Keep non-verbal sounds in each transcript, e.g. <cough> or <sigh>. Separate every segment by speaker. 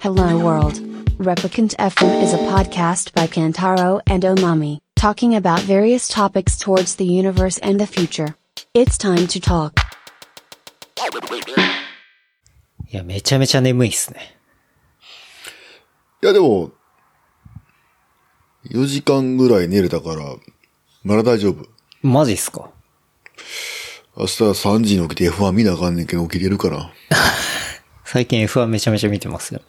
Speaker 1: Hello World. Replicant FM is a podcast by Kantaro and Omami, talking about various topics towards the universe and the future. It's time to talk.
Speaker 2: いや、めちゃめちゃ眠いっすね。
Speaker 3: いや、でも、4時間ぐらい寝れたから、まだ大丈夫。
Speaker 2: マジっすか
Speaker 3: 明日3時に起きて F1 見なあかんねんけど起きれるかな。
Speaker 2: 最近 F1 めちゃめちゃ見てますよね。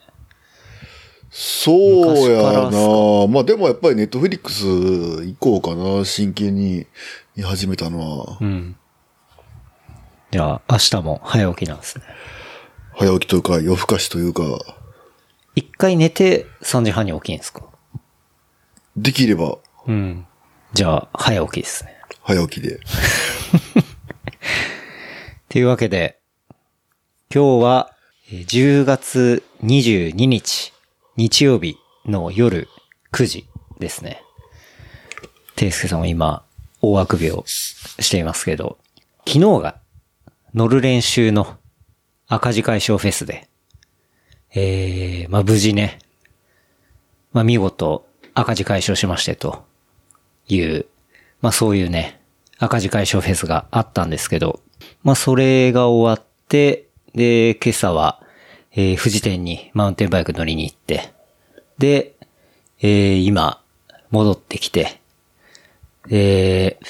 Speaker 3: そうや
Speaker 2: 昔からっす
Speaker 3: なまあでもやっぱりネットフリックス行こうかな。真剣に見始めたのは、
Speaker 2: うん。いや、明日も早起きなんですね。
Speaker 3: 早起きというか夜更かしというか、
Speaker 2: 一回寝て3時半に起きんすか
Speaker 3: できれば
Speaker 2: うん。じゃあ、早起きですね。
Speaker 3: 早起きで。
Speaker 2: というわけで、今日はえー10月22日、日曜日の夜9時ですね。ていすけさんは今、大あくびをしていますけど、昨日が乗る練習の赤字解消フェスで、えー、まあ、無事ね、まあ、見事赤字解消しましてという、まあ、そういうね、赤字解消フェスがあったんですけど、まあ、それが終わって、で、今朝は、えー、富士店にマウンテンバイク乗りに行って、で、えー、今、戻ってきて、えー、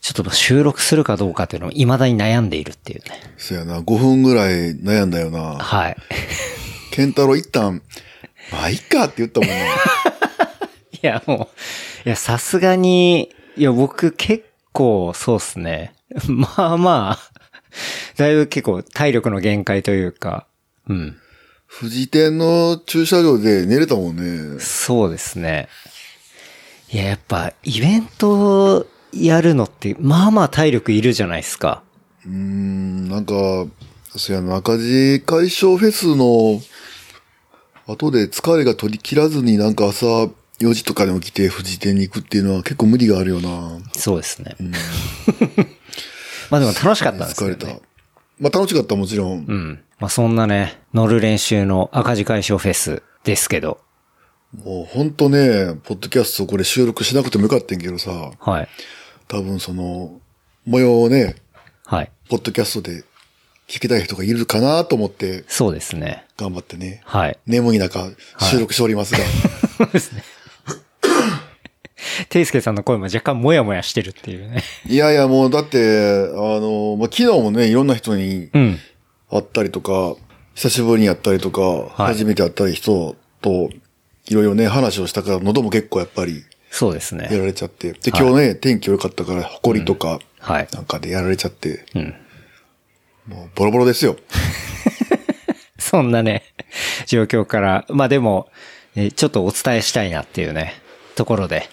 Speaker 2: ちょっと収録するかどうかっていうのを未だに悩んでいるっていうね。
Speaker 3: そうやな、5分ぐらい悩んだよな。
Speaker 2: はい。
Speaker 3: ケンタロウ一旦、まあいいかって言ったも
Speaker 2: <laughs>
Speaker 3: んな。
Speaker 2: いや、もう、いや、さすがに、いや、僕結構、そうっすね。 <laughs> まあまあ、だいぶ結構体力の限界というか、うん。
Speaker 3: 富士店の駐車場で寝れたもんね。
Speaker 2: そうですね。いや、やっぱ、イベントやるのって、まあまあ体力いるじゃないですか。
Speaker 3: うーん、なんか、そうやな、赤字解消フェスの後で疲れが取り切らずになんか朝4時とかに起きて富士店に行くっていうのは結構無理があるよな。
Speaker 2: そうですね。 <laughs> まあでも楽しかったんです
Speaker 3: 疲
Speaker 2: け
Speaker 3: れ
Speaker 2: ど
Speaker 3: た
Speaker 2: ね。。
Speaker 3: まあ楽しかったもちろん。
Speaker 2: うん。まあそんなね、乗る練習の赤字解消フェスですけど、
Speaker 3: もうほんとね、ポッドキャストこれ収録しなくてもよかったんやけどさ、
Speaker 2: はい。
Speaker 3: 多分その模様をね、
Speaker 2: はい。
Speaker 3: ポッドキャストで聞きたい人がいるかなと思って
Speaker 2: そうですね。
Speaker 3: 頑張ってね。
Speaker 2: はい。
Speaker 3: 眠い中収録してお
Speaker 2: <laughs>
Speaker 3: りますが。
Speaker 2: そうですね。 <laughs> ていすけさんの声も若干モヤモヤしてるっていうね。
Speaker 3: いやいや、もう、だって、あの、まあ、昨日もね、いろんな人に
Speaker 2: うん。
Speaker 3: 会ったりとか、久しぶりに会ったりとか、
Speaker 2: い
Speaker 3: 初めて会った人と、いろいろね、話をしたから、喉も結構やっぱり、
Speaker 2: そうですね
Speaker 3: や。られちゃって。で、今日ね、天気良かったから、埃とか、
Speaker 2: はい。
Speaker 3: なんかでやられちゃって、
Speaker 2: うん。
Speaker 3: もう、ボロボロですよ。
Speaker 2: そんなね、状況から、まあでも、えちょっとお伝えしたいなっていうね、ところで、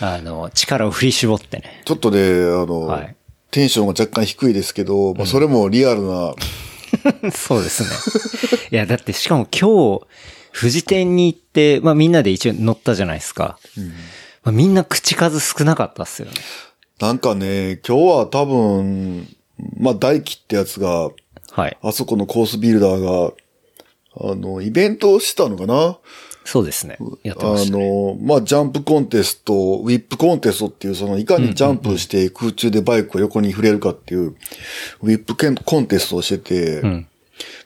Speaker 2: あの、力を振り絞ってね。
Speaker 3: ちょっとね、あの、
Speaker 2: はい
Speaker 3: テンションが若干低いですけど、まあ、それもリアルな、
Speaker 2: そうですね。 <laughs> いや、だってしかも今日、富士店に行って、まあみんなで一応乗ったじゃないですか。まあ、みんな口数少なかったっすよね。
Speaker 3: なんかね、今日は多分、まあ、大輝ってやつが、
Speaker 2: はい。
Speaker 3: あそこのコースビルダーが、あの、イベントをしたのかな
Speaker 2: そうですね。やってま
Speaker 3: あ
Speaker 2: した、ね。
Speaker 3: の、まあ、ジャンプコンテスト、ウィップコンテストっていう、その、いかにジャンプして空中でバイクを横に触れるかっていう、ウィップコンテストをしてて、
Speaker 2: うん。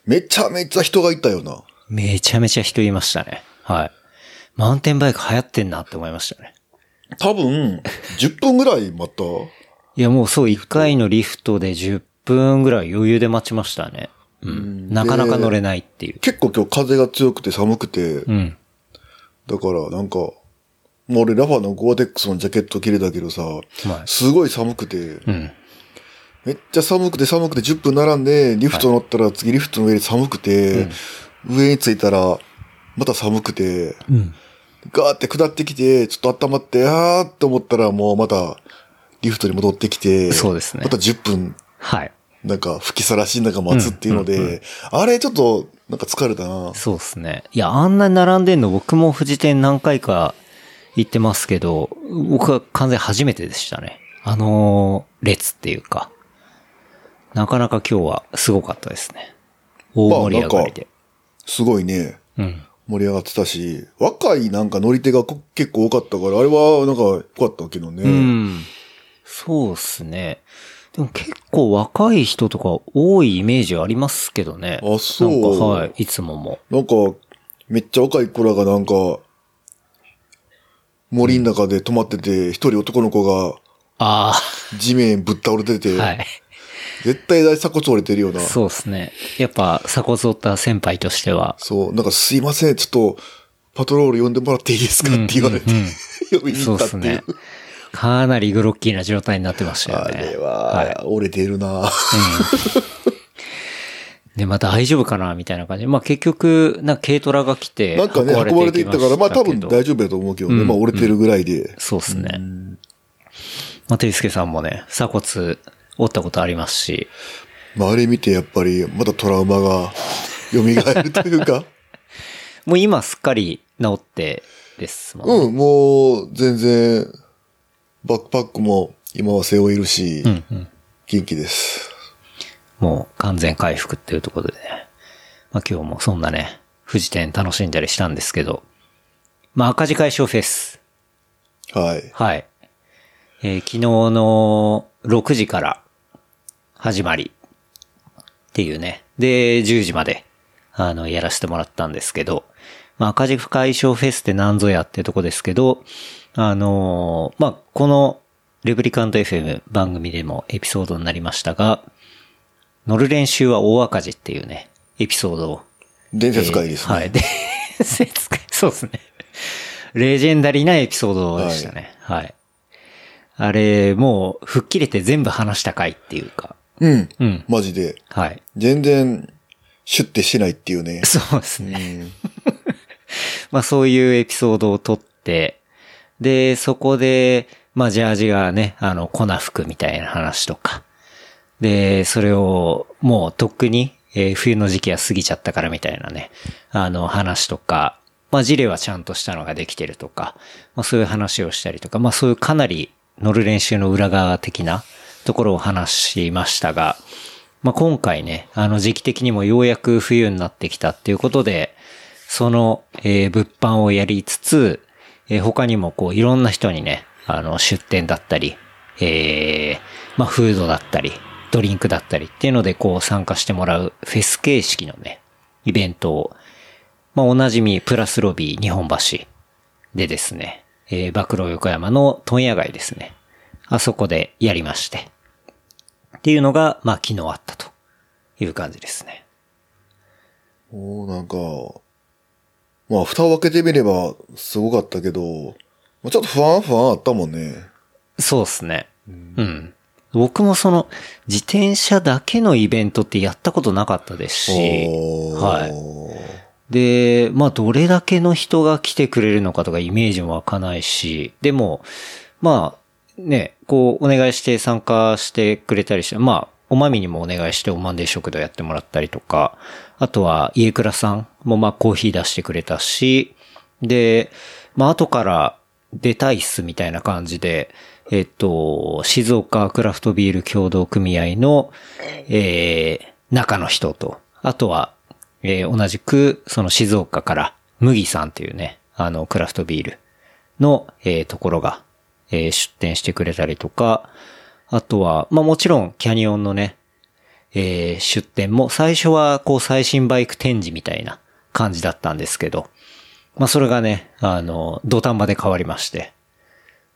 Speaker 3: めちゃめちゃ人がいたよな。
Speaker 2: めちゃめちゃ人いましたね。はい。マウンテンバイク流行ってんなって思いましたね。<laughs>
Speaker 3: 多分、10分ぐらいまた、
Speaker 2: いや、もうそう、1回のリフトで10分ぐらい余裕で待ちましたね。うん。なかなか乗れないっていう。
Speaker 3: 結構今日風が強くて寒くて、
Speaker 2: うん。
Speaker 3: だからなんか、もう俺ラファのゴーテックスのジャケット着れたけどさ、すごい寒くて、
Speaker 2: うん。
Speaker 3: めっちゃ寒くて寒くて10分並んで、リフト乗ったら次リフトの上で寒くて、上に着いたらまた寒くて、
Speaker 2: うん。
Speaker 3: ガーって下ってきて、ちょっと温まって、あーって思ったらもうまたリフトに戻ってきて、
Speaker 2: そうですね
Speaker 3: また10分、
Speaker 2: はい。
Speaker 3: なんか吹きさらしながら待つっていうので、あれちょっとなんか疲れたな。
Speaker 2: そうですね。いや、あんなに並んでんの僕も富士店何回か行ってますけど、僕は完全初めてでしたね。あのー列っていうか。なかなか今日はすごかったですね。大盛り上がりで。
Speaker 3: すごいね。
Speaker 2: うん。
Speaker 3: 盛り上がってたし、若いなんか乗り手がこ結構多かったから、あれはなんか良かったけどね。
Speaker 2: うん。そうっすね。でも結構若い人とか多いイメージありますけどね。
Speaker 3: あそう
Speaker 2: なんかはい、いつもも。
Speaker 3: なんか、めっちゃ若い子らがなんか、森の中で泊まってて、一人男の子が
Speaker 2: あ
Speaker 3: 地面ぶっ倒れてて、
Speaker 2: あ、はい。
Speaker 3: 絶対大鎖骨折れてるような。
Speaker 2: そうっすね。やっぱ、鎖骨折った先輩としては。
Speaker 3: そう、なんかすいません、ちょっと、パトロール呼んでもらっていいですかって言
Speaker 2: <laughs>
Speaker 3: われて、
Speaker 2: うんうんうん
Speaker 3: 呼びに
Speaker 2: そ
Speaker 3: 行
Speaker 2: う
Speaker 3: っ
Speaker 2: った
Speaker 3: って
Speaker 2: す
Speaker 3: いう。
Speaker 2: ね。かなりグロッキーな状態になってましたよ
Speaker 3: あ
Speaker 2: ね。
Speaker 3: れ
Speaker 2: はい
Speaker 3: は、折れてるな、
Speaker 2: で、まあ大丈夫かなみたいな感じで。まあ結局、なんか軽トラが来て
Speaker 3: なんかね、運ばれていったから、まあ多分
Speaker 2: 丈夫
Speaker 3: 大丈夫だと思うけどね、まあ折れてるぐらいで。
Speaker 2: そうですね。まあ、ていすけさんもね、鎖骨折ったことありますし、
Speaker 3: まああれ見てやっぱり、またトラウマが蘇るというか、
Speaker 2: もう今すっかり治ってですもんね。
Speaker 3: うん、もう全然、バックパックも今は背負えるし、
Speaker 2: うん、うん。
Speaker 3: 元気です。
Speaker 2: もう完全回復っていうところでね。まあ今日もそんなね、富士店楽しんだりしたんですけど、まあ赤字解消フェス。
Speaker 3: はい。
Speaker 2: はい。えー昨日の6時から始まりっていうね。で、10時まで、あの、やらせてもらったんですけど、まあ、赤字解消フェスって何ぞやってとこですけど、あのーまあ、このレプリカント FM 番組でもエピソードになりましたが、乗る練習は大赤字っていうね、エピソードを
Speaker 3: 伝説会ですね。
Speaker 2: はい。で、 <laughs> 説会、そうですね。レジェンダリーなエピソードでしたね。はい。あれ、もう、吹っ切れて全部話した回っていうか。
Speaker 3: うん。
Speaker 2: うん。
Speaker 3: マジで。
Speaker 2: はい。
Speaker 3: 全然、シュッてしてないっていうね。
Speaker 2: そうです
Speaker 3: う
Speaker 2: ね。
Speaker 3: ん
Speaker 2: <laughs> まあそういうエピソードを撮って、で、そこで、まあジャージがね、あの、粉服みたいな話とか。で、それを、もうとっくに、えー冬の時期は過ぎちゃったからみたいなね、あの話とか、まあジレはちゃんとしたのができてるとか、まあそういう話をしたりとか、まあそういうかなり乗る練習の裏側的なところを話しましたが、まあ今回ね、あの時期的にもようやく冬になってきたっていうことで、その、えー物販をやりつつ、えー他にもこういろんな人にね、あの出店だったり、えーまあフードだったり、ドリンクだったりっていうのでこう参加してもらうフェス形式のね、イベントを、まあおなじみプラスロビー日本橋でですね、えー、暴露横山の問屋街ですね。あそこでやりまして。っていうのが、まあ昨日あったという感じですね。
Speaker 3: おーなんか、まあ、蓋を開けてみれば、すごかったけど、まあ、ちょっと不安不安あったもんね。
Speaker 2: そうですね。うん。僕もその、自転車だけのイベントってやったことなかったですし、はい。で、まあ、どれだけの人が来てくれるのかとかイメージも湧かないし、でも、まあ、ね、こう、お願いして参加してくれたりして、まあ、おまみにもお願いして、おまんで食堂やってもらったりとか、あとは、家倉さんもまあ、コーヒー出してくれたし、で、まあ、後から出たいっすみたいな感じで、えっと、静岡クラフトビール協同組合の、えー、中の人と、あとは、えー同じく、その静岡から、麦さんっていうね、あの、クラフトビールの、えーところが、えー出店してくれたりとか、あとは、まあ、もちろん、キャニオンのね、えー出店も、最初は、こう、最新バイク展示みたいな感じだったんですけど、まあ、それがね、あの、土壇場で変わりまして、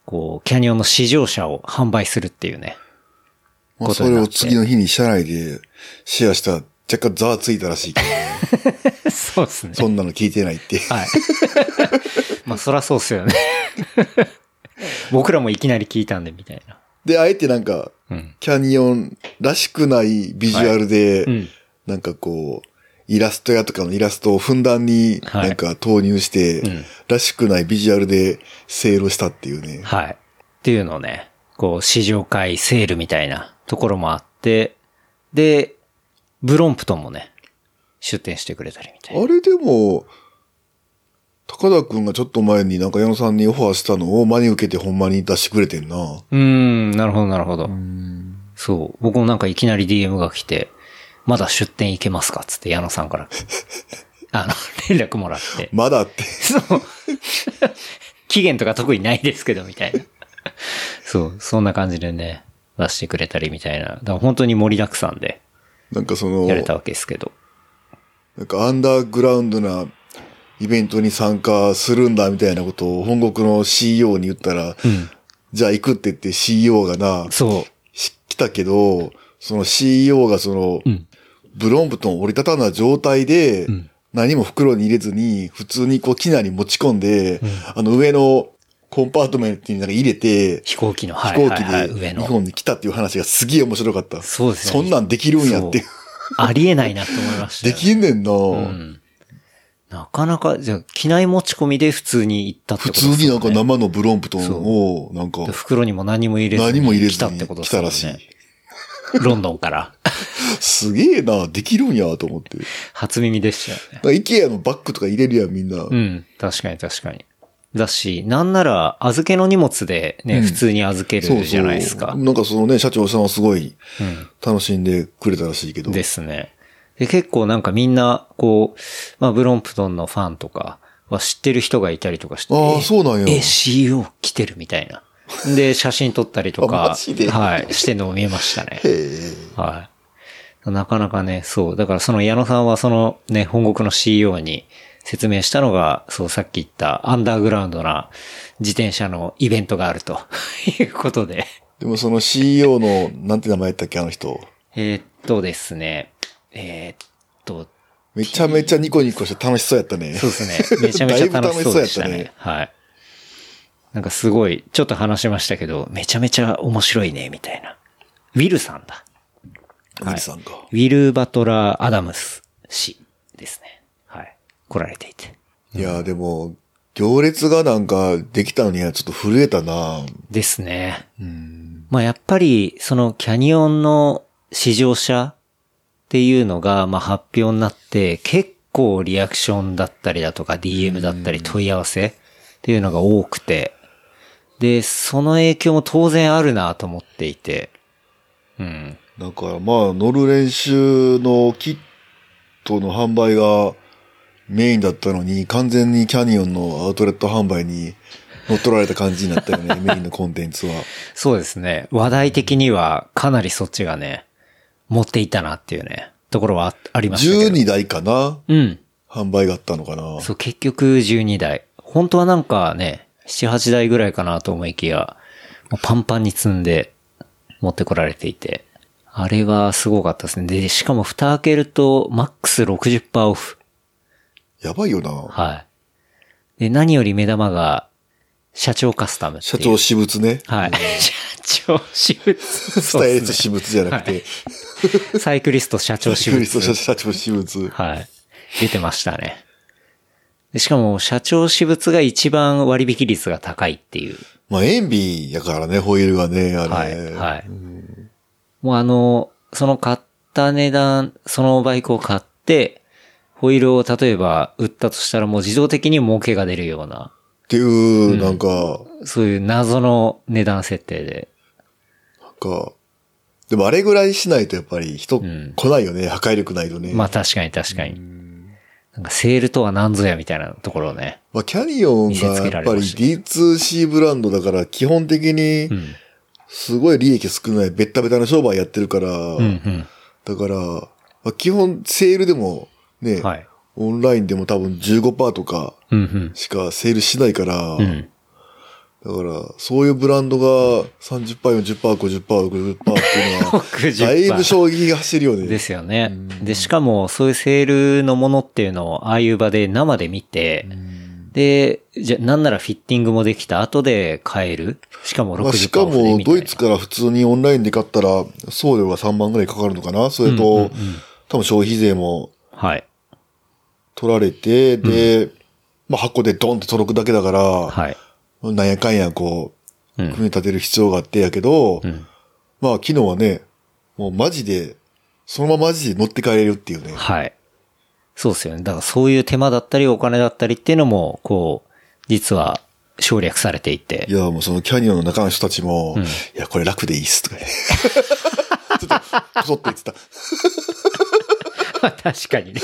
Speaker 2: こう、キャニオンの試乗車を販売するっていうね。
Speaker 3: まあ、
Speaker 2: こと
Speaker 3: そ
Speaker 2: に
Speaker 3: れ
Speaker 2: なっ
Speaker 3: を
Speaker 2: て
Speaker 3: 次の日に社内でシェアしたら、若干ざわついたら
Speaker 2: <laughs>
Speaker 3: しいけどね、
Speaker 2: <laughs> そうですね
Speaker 3: そんなの聞いてないって。
Speaker 2: はい。まあ、そらそうっすよね。僕らもいきなり聞いたんで、みたいな。
Speaker 3: で、あえてなんか、
Speaker 2: うん。
Speaker 3: キャニオンらしくないビジュアルで、
Speaker 2: うん。
Speaker 3: なんかこう、イラスト屋とかのイラストをふんだんに
Speaker 2: はい
Speaker 3: なんか投入して、
Speaker 2: うん
Speaker 3: らしくないビジュアルでセールしたっていうね。
Speaker 2: はい。っていうのをね、こう、試乗会セールみたいなところもあって、で、ブロンプトンもね、出店してくれたりみたいな。
Speaker 3: あれでも、高田くんがちょっと前になんか矢野さんにオファーしたのを真に受けてほんまに出してくれてんな。
Speaker 2: うーん、なるほど、なるほど。そう。僕もなんかいきなり DM が来て、まだ出店行けますかっつって矢野さんから。あの、連絡もらって。
Speaker 3: まだって。 <laughs>
Speaker 2: そう。期限とか特にないですけど、みたいな。そう、そんな感じでね、出してくれたりみたいな。だから本当に盛りだくさんで
Speaker 3: なんかその、
Speaker 2: やれたわけですけど。
Speaker 3: なんかアンダーグラウンドなイベントに参加するんだみたいなことを本国の CEO に言ったら、じゃあ行くって言って CEO がな、
Speaker 2: そ
Speaker 3: し来たけど、その CEO がその、
Speaker 2: うん
Speaker 3: ブロンプトンを折りたたんだ状態で、
Speaker 2: ん
Speaker 3: 何も袋に入れずに、普通にこう機内に持ち込んで、あの上のコンパートメントになんか入れて
Speaker 2: う。、飛行機の、は
Speaker 3: 飛
Speaker 2: い
Speaker 3: 行
Speaker 2: はい
Speaker 3: 機
Speaker 2: はい、
Speaker 3: で
Speaker 2: 上
Speaker 3: 日
Speaker 2: の。
Speaker 3: 本に来たっていう話がすげえ面白かった。
Speaker 2: そうですね
Speaker 3: そんなんできるんやっていう。
Speaker 2: ありえないなと思いました
Speaker 3: で
Speaker 2: よ。
Speaker 3: きんねんな、
Speaker 2: うん。なかなか、じゃあ機内持ち込みで普通に行ったってこ
Speaker 3: 普
Speaker 2: とで
Speaker 3: 通
Speaker 2: すよね。
Speaker 3: になんか生のブロンプトンを、なんか、
Speaker 2: 袋にも何も入れず
Speaker 3: 何も入れず
Speaker 2: 来たっ
Speaker 3: に
Speaker 2: てことで
Speaker 3: 来
Speaker 2: すよ
Speaker 3: た
Speaker 2: ね。
Speaker 3: らしい。
Speaker 2: ロンドンから。 <laughs>
Speaker 3: すげえな、できるんやと思って。
Speaker 2: 初耳でしたよね。
Speaker 3: なんか IKEA のバッグとか入れるやん、みんな。
Speaker 2: うん。確かに確かに。だし、なんなら預けの荷物でね、
Speaker 3: うん
Speaker 2: 普通に預け
Speaker 3: そうそ
Speaker 2: る
Speaker 3: う
Speaker 2: じゃないですか。
Speaker 3: なんかそのね、社長さんはすごい
Speaker 2: うん
Speaker 3: 楽しんでくれたらしいけど。
Speaker 2: ですね。で、結構なんかみんな、こう、まあ、ブロンプトンのファンとかは知ってる人がいたりとかして。
Speaker 3: ああ、そうなんや。
Speaker 2: え、CEO 来てるみたいな。で、写真撮ったりと
Speaker 3: あ
Speaker 2: か
Speaker 3: <laughs> マジ、で
Speaker 2: はい、してるのも見えましたね。
Speaker 3: え
Speaker 2: はい。なかなかね、そう。だからその矢野さんはそのね、本国の CEO に説明したのが、そう、さっき言ったアンダーグラウンドな自転車のイベントがあるということで。
Speaker 3: でもその CEO の、なんて名前やったっけ、あの人。
Speaker 2: えーっとですね、えーっと、
Speaker 3: めちゃめちゃニコニコして楽しそうやったね。
Speaker 2: そうですね。めちゃめちゃ楽しそうでした
Speaker 3: だいぶ楽しそうや
Speaker 2: ね。はい。なんかすごい、ちょっと話しましたけど、めちゃめちゃ面白いね、みたいな。ウィルさんだ。
Speaker 3: ウィルさんが。
Speaker 2: ウィル・バトラー・アダムス氏ですね。はい。来られていて。
Speaker 3: いや、でも、行列がなんかできたのにはちょっと震えたな
Speaker 2: ですね。
Speaker 3: うん。
Speaker 2: まあやっぱり、そのキャニオンの試乗車っていうのが、まあ発表になって、結構リアクションだったりだとか、DM だったり問い合わせっていうのが多くて、で、その影響も当然あるなと思っていて、うん。
Speaker 3: だからまあ、乗る練習のキットの販売がメインだったのに、完全にキャニオンのアウトレット販売に乗っ取られた感じになったよ
Speaker 2: <laughs>
Speaker 3: ね、メインのコンテンツは。
Speaker 2: そうですね。話題的にはかなりそっちがね、持っていたなっていうね、ところはあありましたけど。
Speaker 3: 12台かな
Speaker 2: うん。
Speaker 3: 販売があったのかな
Speaker 2: そう、結局12台。本当はなんかね、7、8台ぐらいかなと思いきや、もうパンパンに積んで持ってこられていて。あれはすごかったですね。で、しかも蓋開けると、マックス60%オフ。
Speaker 3: やばいよな。
Speaker 2: はい。で、何より目玉が、社長カスタムっていう
Speaker 3: 社長私物ね。
Speaker 2: はい。社長私物。
Speaker 3: ス
Speaker 2: そ
Speaker 3: タ
Speaker 2: う
Speaker 3: イリ
Speaker 2: で
Speaker 3: スト
Speaker 2: す
Speaker 3: 私物じゃなくて、
Speaker 2: ね。サイクリスト社長私
Speaker 3: クリ
Speaker 2: 物
Speaker 3: ス。ト社長私物。
Speaker 2: はい。出てましたね。でしかも、社長私物が一番割引率が高いっていう。
Speaker 3: まあ、エンビやからね、ホイールがね、あれ。
Speaker 2: はい。はい。もうあの、その買った値段、そのバイクを買って、ホイールを例えば売ったとしたらもう自動的に儲けが出るような、
Speaker 3: っていう、なんか、
Speaker 2: そういう謎の値段設定で。
Speaker 3: なんか、でもあれぐらいしないとやっぱり人
Speaker 2: ん
Speaker 3: 来ないよね、破壊力ないとね。
Speaker 2: まあ確かに確かに。なんかセールとは何ぞやみたいなところをね。
Speaker 3: まあ、キャニオン
Speaker 2: 見
Speaker 3: が
Speaker 2: せつけ
Speaker 3: や
Speaker 2: ら
Speaker 3: っ
Speaker 2: れ
Speaker 3: ぱり
Speaker 2: ました
Speaker 3: D2C ブランドだから基本的に
Speaker 2: うん。
Speaker 3: すごい利益少ないベッタベタな商売やってるから、
Speaker 2: うん
Speaker 3: だから、まあ、基本セールでもね、
Speaker 2: うん。はい。
Speaker 3: オンラインでも多分15%とか
Speaker 2: うんうん。
Speaker 3: しかセールしないから、
Speaker 2: うん。
Speaker 3: だからそういうブランドが30%、40%、50%、60%っていうのは、
Speaker 2: 60%
Speaker 3: だいぶ衝撃が走るよね。
Speaker 2: ですよね。で、しかも、そういうセールのものっていうのを、ああいう場で生で見て、で、じゃ、なんならフィッティングもできた後で買える。しかも60%
Speaker 3: まあ、しか
Speaker 2: オフで
Speaker 3: も、
Speaker 2: みたい
Speaker 3: ド
Speaker 2: な
Speaker 3: イツから普通にオンラインで買ったら、送料が3万ぐらいかかるのかなそれと、多分消費税も
Speaker 2: はい。
Speaker 3: 取られて、で、まあ箱でドンって届くだけだから、
Speaker 2: はい。
Speaker 3: なんやかんやこ
Speaker 2: う
Speaker 3: う、組
Speaker 2: ん
Speaker 3: み立てる必要があってやけど、
Speaker 2: うん。
Speaker 3: まあ昨日はね、もうマジで、そのままマジで乗って帰れるっていうね。
Speaker 2: はい。そうですよね。だから、そういう手間だったり、お金だったりっていうのも、こう、実は省略されていて
Speaker 3: い。や、もうそのキャニオンの中の人たちも、
Speaker 2: うん
Speaker 3: いや、こ
Speaker 2: <laughs>
Speaker 3: れ楽でいいっすとかね。ちょっと、こそっと言ってた。
Speaker 2: まあ <laughs> 確かにね。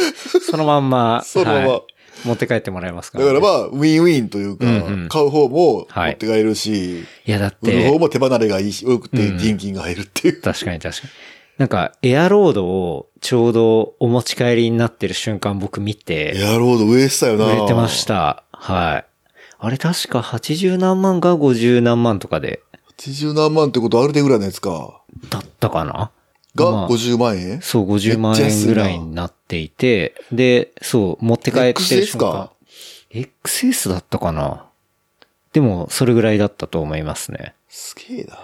Speaker 2: そのまんま、
Speaker 3: <laughs> そのまま
Speaker 2: はい持って帰ってもらえますから、
Speaker 3: だからま
Speaker 2: あ。
Speaker 3: あ、ウィンウィンというか、
Speaker 2: うんうん
Speaker 3: 買う方も
Speaker 2: はい
Speaker 3: 持って帰れるし、
Speaker 2: いやだっ
Speaker 3: 売る方
Speaker 2: て、
Speaker 3: も手離れがいいし、多くて
Speaker 2: うん
Speaker 3: 現金が入るっていう。
Speaker 2: 確かに確かに。なんか、エアロードをちょうどお持ち帰りになってる瞬間僕見て、
Speaker 3: エアロード上したよな。
Speaker 2: 売れてまし。た。はい。あれ確か80何万か50何万とかで、
Speaker 3: 80何万ってことあるでぐらいのやつか。
Speaker 2: だったかなま
Speaker 3: が
Speaker 2: あ
Speaker 3: 50万円
Speaker 2: そう、50万円ぐらいになっていて、で、そう、持って帰ってる瞬間。XS だったかなでも、それぐらいだったと思いますね。
Speaker 3: すげえな。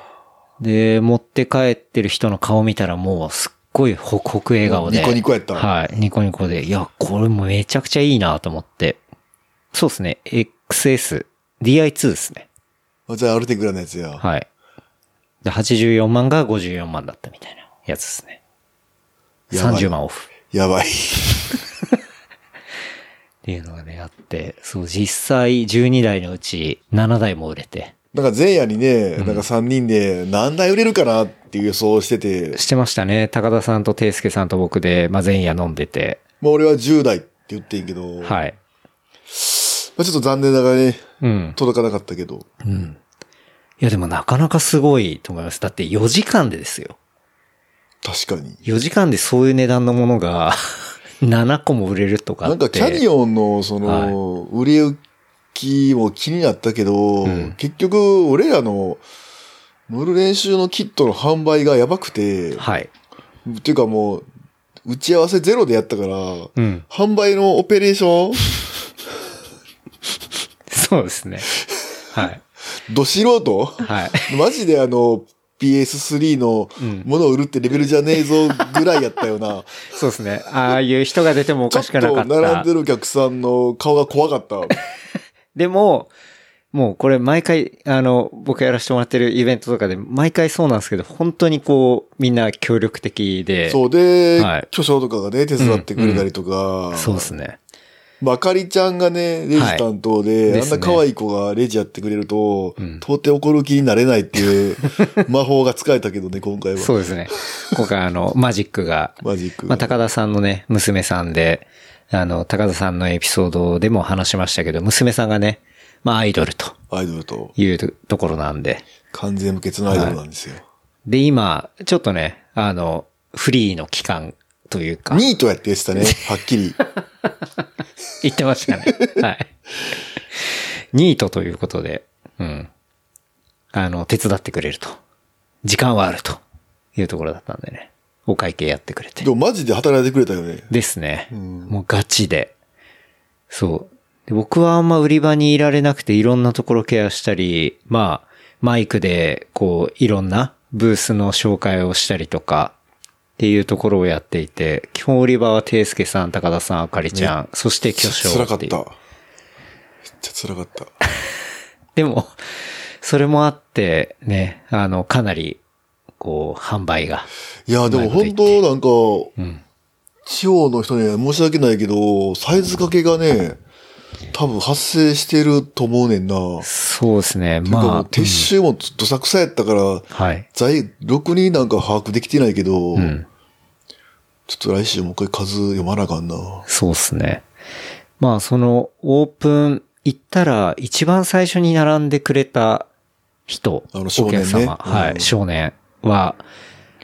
Speaker 2: で、持って帰ってる人の顔見たらもうすっごいホクホク笑顔で。
Speaker 3: ニコニコやった
Speaker 2: はい、ニコニコで。いや、これもめちゃくちゃいいなと思って。そうですね、XS、DI2 ですね。
Speaker 3: あじゃあ、あるでぐらいのやつや。
Speaker 2: はい。で、84万が54万だったみたいなやつですね。
Speaker 3: やばい
Speaker 2: 30万オフ。
Speaker 3: やばい。
Speaker 2: っていうのがね、あって、そう、実際12台のうち7台も売れて、
Speaker 3: なんか前夜にね、なんか3人で何台売れるかなっていう予想をしてて、
Speaker 2: してましたね。高田さんと圭介さんと僕で、まあ、前夜飲んでて、
Speaker 3: まあ俺は10台って言ってんけど、ま
Speaker 2: はい。
Speaker 3: あちょっと残念ながらね、
Speaker 2: うん。
Speaker 3: 届かなかったけど、
Speaker 2: いや、でもなかなかすごいと思います。だって4時間でですよ。
Speaker 3: 確かに。
Speaker 2: 4時間でそういう値段のものが <laughs> 7個も売れるとか
Speaker 3: な
Speaker 2: っ
Speaker 3: ん
Speaker 2: て。
Speaker 3: かキャニオンのその、売れ行きも気になったけど、
Speaker 2: うん
Speaker 3: 結局俺らの乗る練習のキットの販売がやばくて、
Speaker 2: はい。
Speaker 3: っていうかもう、打ち合わせゼロでやったから、
Speaker 2: うん。
Speaker 3: 販売のオペレーショ
Speaker 2: <laughs> そうですね。はい。
Speaker 3: ンど素人
Speaker 2: はい。
Speaker 3: マジであの、PS3 の
Speaker 2: うん
Speaker 3: ものを売るってレベルじゃねえぞぐらいやったよな。
Speaker 2: そうですね。ああいう人が出てもお
Speaker 3: ちょ
Speaker 2: か
Speaker 3: っ
Speaker 2: しくなか
Speaker 3: と
Speaker 2: った。
Speaker 3: 並んでるお客さんの顔が怖かった。
Speaker 2: でも、もうこれ毎回、あの、僕やらせてもらってるイベントとかで、毎回そうなんですけど、本当にこう、みんな協力的で。
Speaker 3: そうで、
Speaker 2: はい
Speaker 3: 巨匠とかがね、手伝ってくれたりとか、
Speaker 2: そうですね。
Speaker 3: まあかりちゃんがね、レジ担当で、
Speaker 2: はい
Speaker 3: あんな可愛い子がレジやってくれると、
Speaker 2: うん
Speaker 3: 到底怒る気になれないっ
Speaker 2: <laughs>
Speaker 3: ていう魔法が使えたけどね、今回は。
Speaker 2: そうですね。今回あの、マジックが、
Speaker 3: マジック。
Speaker 2: まあ、高田さんのね、娘さんで、あの、高田さんのエピソードでも話しましたけど、娘さんがね、まあ、アイドルと
Speaker 3: アイドルと
Speaker 2: いうところなんで。
Speaker 3: 完全無欠のアイドルなんですよ。
Speaker 2: で、今、ちょっとね、あの、フリーの期間というか、
Speaker 3: ニートやってやってたね、
Speaker 2: <laughs>
Speaker 3: はっきり。
Speaker 2: 言ってましたね。はい。ニートということで、うん。あの、手伝ってくれると。時間はあるというところだったんでね。お会計やってくれて
Speaker 3: で。もマジで働いてくれたよね。
Speaker 2: ですね。もうガチで。そう。で僕はあんま売り場にいられなくていろんなところケアしたり、まあ、マイクでこういろんなブースの紹介をしたりとかっていうところをやっていて、基本売り場はていすけさん、高田さん、あかりちゃん、そして巨匠
Speaker 3: 辛か
Speaker 2: っ
Speaker 3: って
Speaker 2: いう
Speaker 3: た。めっちゃ辛かった。
Speaker 2: でも、それもあってね、あの、かなり、こう、販売が。
Speaker 3: いや、でも本当なんか、地方の人には申し訳ないけど、サイズ掛けがね、多分発生してると思うねんな。
Speaker 2: そうですね。
Speaker 3: なんかも
Speaker 2: ま
Speaker 3: う
Speaker 2: あ、
Speaker 3: 撤収もどさくさやったから、
Speaker 2: はい。
Speaker 3: 在、ろくになんか把握できてないけど、
Speaker 2: ん
Speaker 3: ちょっと来週もう一回数読まなあかんな。
Speaker 2: そうですね。まあ、その、オープン行ったら、一番最初に並んでくれた人、
Speaker 3: あの少年ね
Speaker 2: お客様、は
Speaker 3: うん
Speaker 2: い、少年は、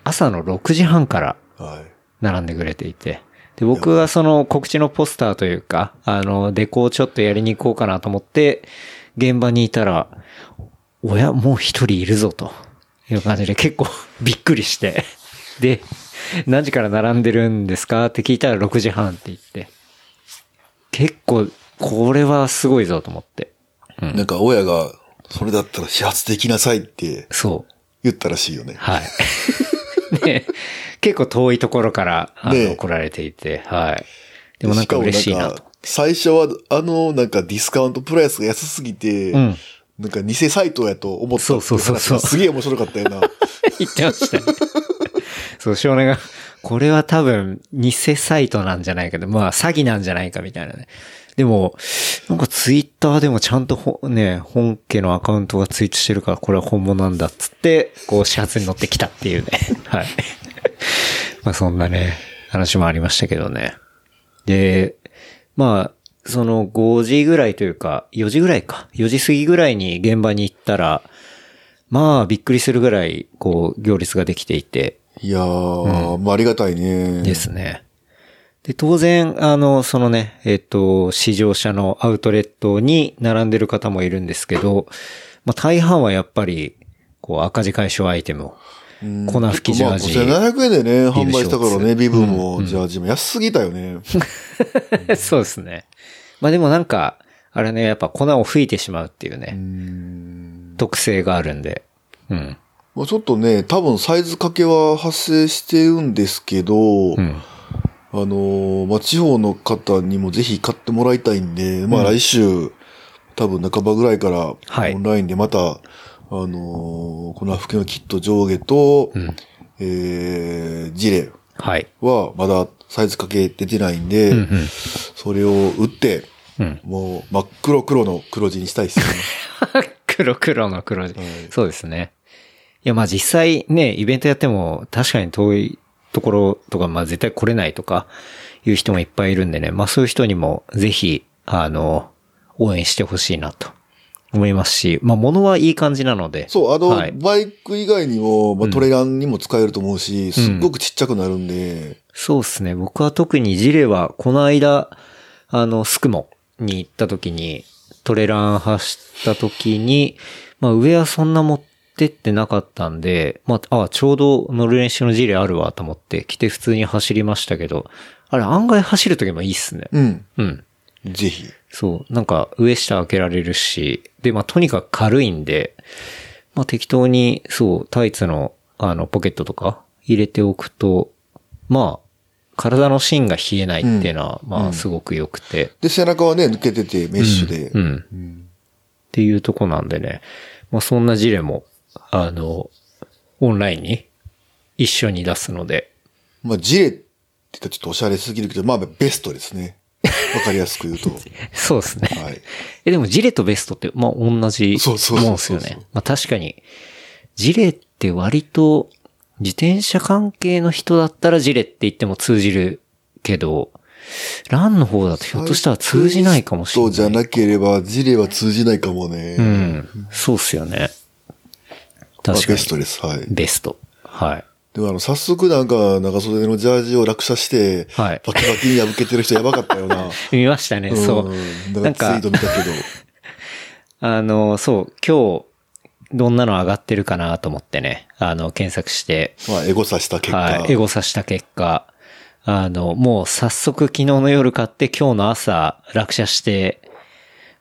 Speaker 2: 朝の6時半から
Speaker 3: はい。
Speaker 2: 並んでくれていて。で、僕はその告知のポスターというか、あの、デコをちょっとやりに行こうかなと思って、現場にいたら、おや、もう一人いるぞという感じで結構 <laughs> びっくりして。で、何時から並んでるんですかって聞いたら6時半って言って。結構、これはすごいぞと思って。
Speaker 3: なんか親が、それだったら始発できなさいって
Speaker 2: そう。
Speaker 3: 言ったらしいよね。
Speaker 2: はい。 <laughs> ね結構遠いところから、あ
Speaker 3: ね
Speaker 2: の、来られていて、はい。でもなんか嬉しいな
Speaker 3: しかも
Speaker 2: と
Speaker 3: ん。か最初は、あの、なんかディスカウントプライスが安すぎて、
Speaker 2: うん
Speaker 3: なんか偽サイトやと思ったってい
Speaker 2: そうそうそうそう
Speaker 3: 話がすげえ面白かったよな。
Speaker 2: 言ってましたね。そう、少年が、これは多分、偽サイトなんじゃないかと。まあ、詐欺なんじゃないかみたいなね。でも、なんかツイッターでもちゃんとほ、ね、本家のアカウントがツイートしてるから、これは本物なんだっつって、こう、始発に乗ってきたっていうね。はい。まあ、そんなね、話もありましたけどね。で、まあ、その5時ぐらいというか、4時ぐらいか、4時過ぎぐらいに現場に行ったら、まあ、びっくりするぐらい、こう、行列ができていて、
Speaker 3: いや
Speaker 2: <laughs>
Speaker 3: ー、まあありがたいね。
Speaker 2: ですね。で、当然、あの、そのね、えっ、と、試乗車のアウトレットに並んでる方もいるんですけど、まあ、大半はやっぱり、こう、赤字解消アイテムを、粉吹きジャージ。
Speaker 3: まあ、5700円でね、販売したから
Speaker 2: ビールショー
Speaker 3: ね、
Speaker 2: ツ
Speaker 3: ビブも、ジャージも安すぎたよね。
Speaker 2: <laughs> そうですね。まあでもなんか、あれね、やっぱ粉を吹いてしまうっていうね、特性があるんで。うん。
Speaker 3: まあちょっとね、多分サイズ掛けは発生してるんですけど、
Speaker 2: ん
Speaker 3: あのーまあ地方の方にもぜひ買ってもらいたいんで、まあ来週、多分半ばぐらいから、
Speaker 2: はい
Speaker 3: オンラインでまた、あのーこの服のキット上下と、えー、ジレ
Speaker 2: はい。
Speaker 3: はまだサイズ掛け出てないんで、それを打って、
Speaker 2: うん
Speaker 3: もう真っ黒黒の黒字にしたいですよね。
Speaker 2: <laughs> 黒黒の黒字、そうですね。いや、まあ実際ね、イベントやっても確かに遠いところとか、まあ絶対来れないとかいう人もいっぱいいるんでね、まあそういう人にもぜひ、あの、応援してほしいなと思いますし、まあ物はいい感じなので。
Speaker 3: そう、あの、
Speaker 2: はい
Speaker 3: バイク以外にも、まあ、トレランにも使えると思うし、すっごくちっちゃくなるんで、
Speaker 2: そうですね。僕は特にジレは、この間、あの、スクモに行った時に、トレラン走った時に、まあ上はそんな持ってってなかったんで、まあ、あちょうど乗る練習のジレあるわと思って来て普通に走りましたけど、あれ案外走る時もいいっすね。
Speaker 3: うん、
Speaker 2: うん。
Speaker 3: ぜひ。
Speaker 2: そう。なんか上下開けられるし、で、まあとにかく軽いんで、まあ適当に、そう、タイツの、あの、ポケットとか入れておくと、まあ、体の芯が冷えないっていうのは、まあすごく良くて、
Speaker 3: で、背中はね、抜けてて、メッシュで。
Speaker 2: うん。っていうとこなんでね、まあそんな事例も、あの、オンラインに一緒に出すので、
Speaker 3: まあ、ジレって言ったらちょっとおしゃれすぎるけど、まあ、ベストですね。わかりやすく言
Speaker 2: <laughs>
Speaker 3: うと。
Speaker 2: そうですね。
Speaker 3: はい。
Speaker 2: え、でもジレとベストって、まあ、同じ
Speaker 3: そうそう
Speaker 2: も
Speaker 3: そ
Speaker 2: ん
Speaker 3: う
Speaker 2: です
Speaker 3: そう
Speaker 2: よね。まあ、確かに、ジレって割と、自転車関係の人だったらジレって言っても通じるけど、ランの方だとひょっとしたら通じないかもしれない。
Speaker 3: そうじゃなければ、ジレは通じないかもね。
Speaker 2: う
Speaker 3: ま
Speaker 2: ん。そうっすよね。
Speaker 3: あ
Speaker 2: 確か
Speaker 3: ベ
Speaker 2: に。
Speaker 3: ストです。はい。
Speaker 2: ベスト。はい。
Speaker 3: でも、あの、早速なんか、長袖のジャージを落車して、
Speaker 2: はい
Speaker 3: バキバキに破けてる人やばかったよな。
Speaker 2: 見ましたね、 <laughs> そう。
Speaker 3: ん
Speaker 2: な
Speaker 3: なんん
Speaker 2: か
Speaker 3: か、ツイート見たけど。
Speaker 2: あの、そう、今日、どんなの上がってるかなと思ってね、あの、検索して、
Speaker 3: まあ、エゴさした結果。
Speaker 2: はい。エゴさした結果、あの、もう早速昨日の夜買って今日の朝落車して、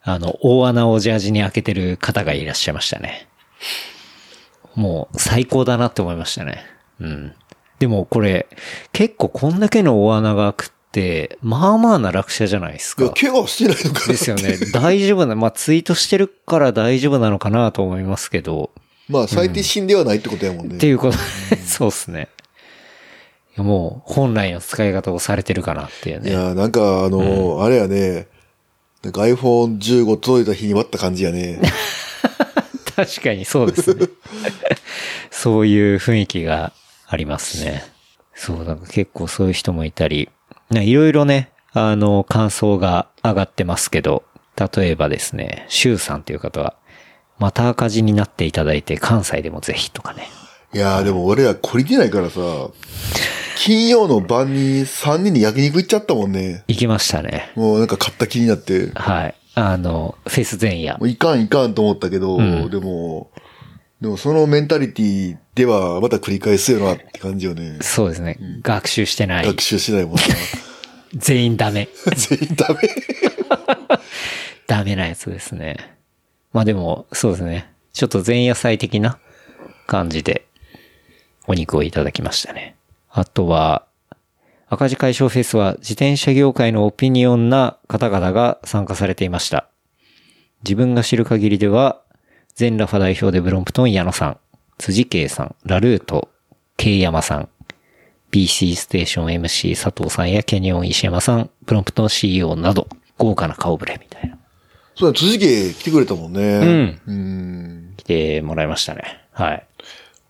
Speaker 2: あの、大穴をジャージに開けてる方がいらっしゃいましたね。もう最高だなって思いましたね。うん。でもこれ、結構こんだけの大穴が開くって、まあまあな落車じゃないです
Speaker 3: いや
Speaker 2: か。
Speaker 3: 怪我してないのかなって
Speaker 2: ですよね。大丈夫な、まあツイートしてるから大丈夫なのかなと思いますけど、
Speaker 3: <laughs> まあ、最低死んではないってことやもんね。
Speaker 2: っていうこと、 <laughs> そうっすね。いやもう、本来の使い方をされてるかなっていう
Speaker 3: い
Speaker 2: ね。
Speaker 3: や、なんか、あの、あれやね、なんか iPhone15 届いた日に割った感じ
Speaker 2: <laughs>
Speaker 3: やね。
Speaker 2: 確かにそうです
Speaker 3: <laughs>
Speaker 2: ね。そういう雰囲気がありますね。そう、なんか結構そういう人もいたり、ないろいろね、あの、感想が上がってますけど、例えばですね、シュウさんという方は、また赤字になっていただいて関西でもぜひとかね。
Speaker 3: いや、でも俺ら懲りてないからさ、金曜の晩に3人に焼肉行っちゃったもんね。
Speaker 2: 行きましたね。
Speaker 3: もうなんか買った気になって。
Speaker 2: はい。あの、フェス前夜
Speaker 3: も。ういかんいかんと思ったけど、
Speaker 2: うん
Speaker 3: でも、でもそのメンタリティではまた繰り返すよなって感じよね。
Speaker 2: そうですね。学習してない。
Speaker 3: 学習しないもんな。 <laughs>
Speaker 2: 全員ダメ。
Speaker 3: 全員
Speaker 2: <laughs>
Speaker 3: ダメ。
Speaker 2: ダメなやつですね。まあでも、そうですね。ちょっと前夜祭的な感じでお肉をいただきましたね。あとは、赤字解消フェスは自転車業界のオピニオンな方々が参加されていました。自分が知る限りでは、全ラファ代表でブロンプトン矢野さん、辻圭さん、ラルート、慶山さん、BC ステーション MC 佐藤さんやケニオン石山さん、プロンプトン CEO など、豪華な顔ぶれみたいな。
Speaker 3: そうだ、辻家来てくれたもんね。うん。うん。
Speaker 2: 来てもらいましたね。はい。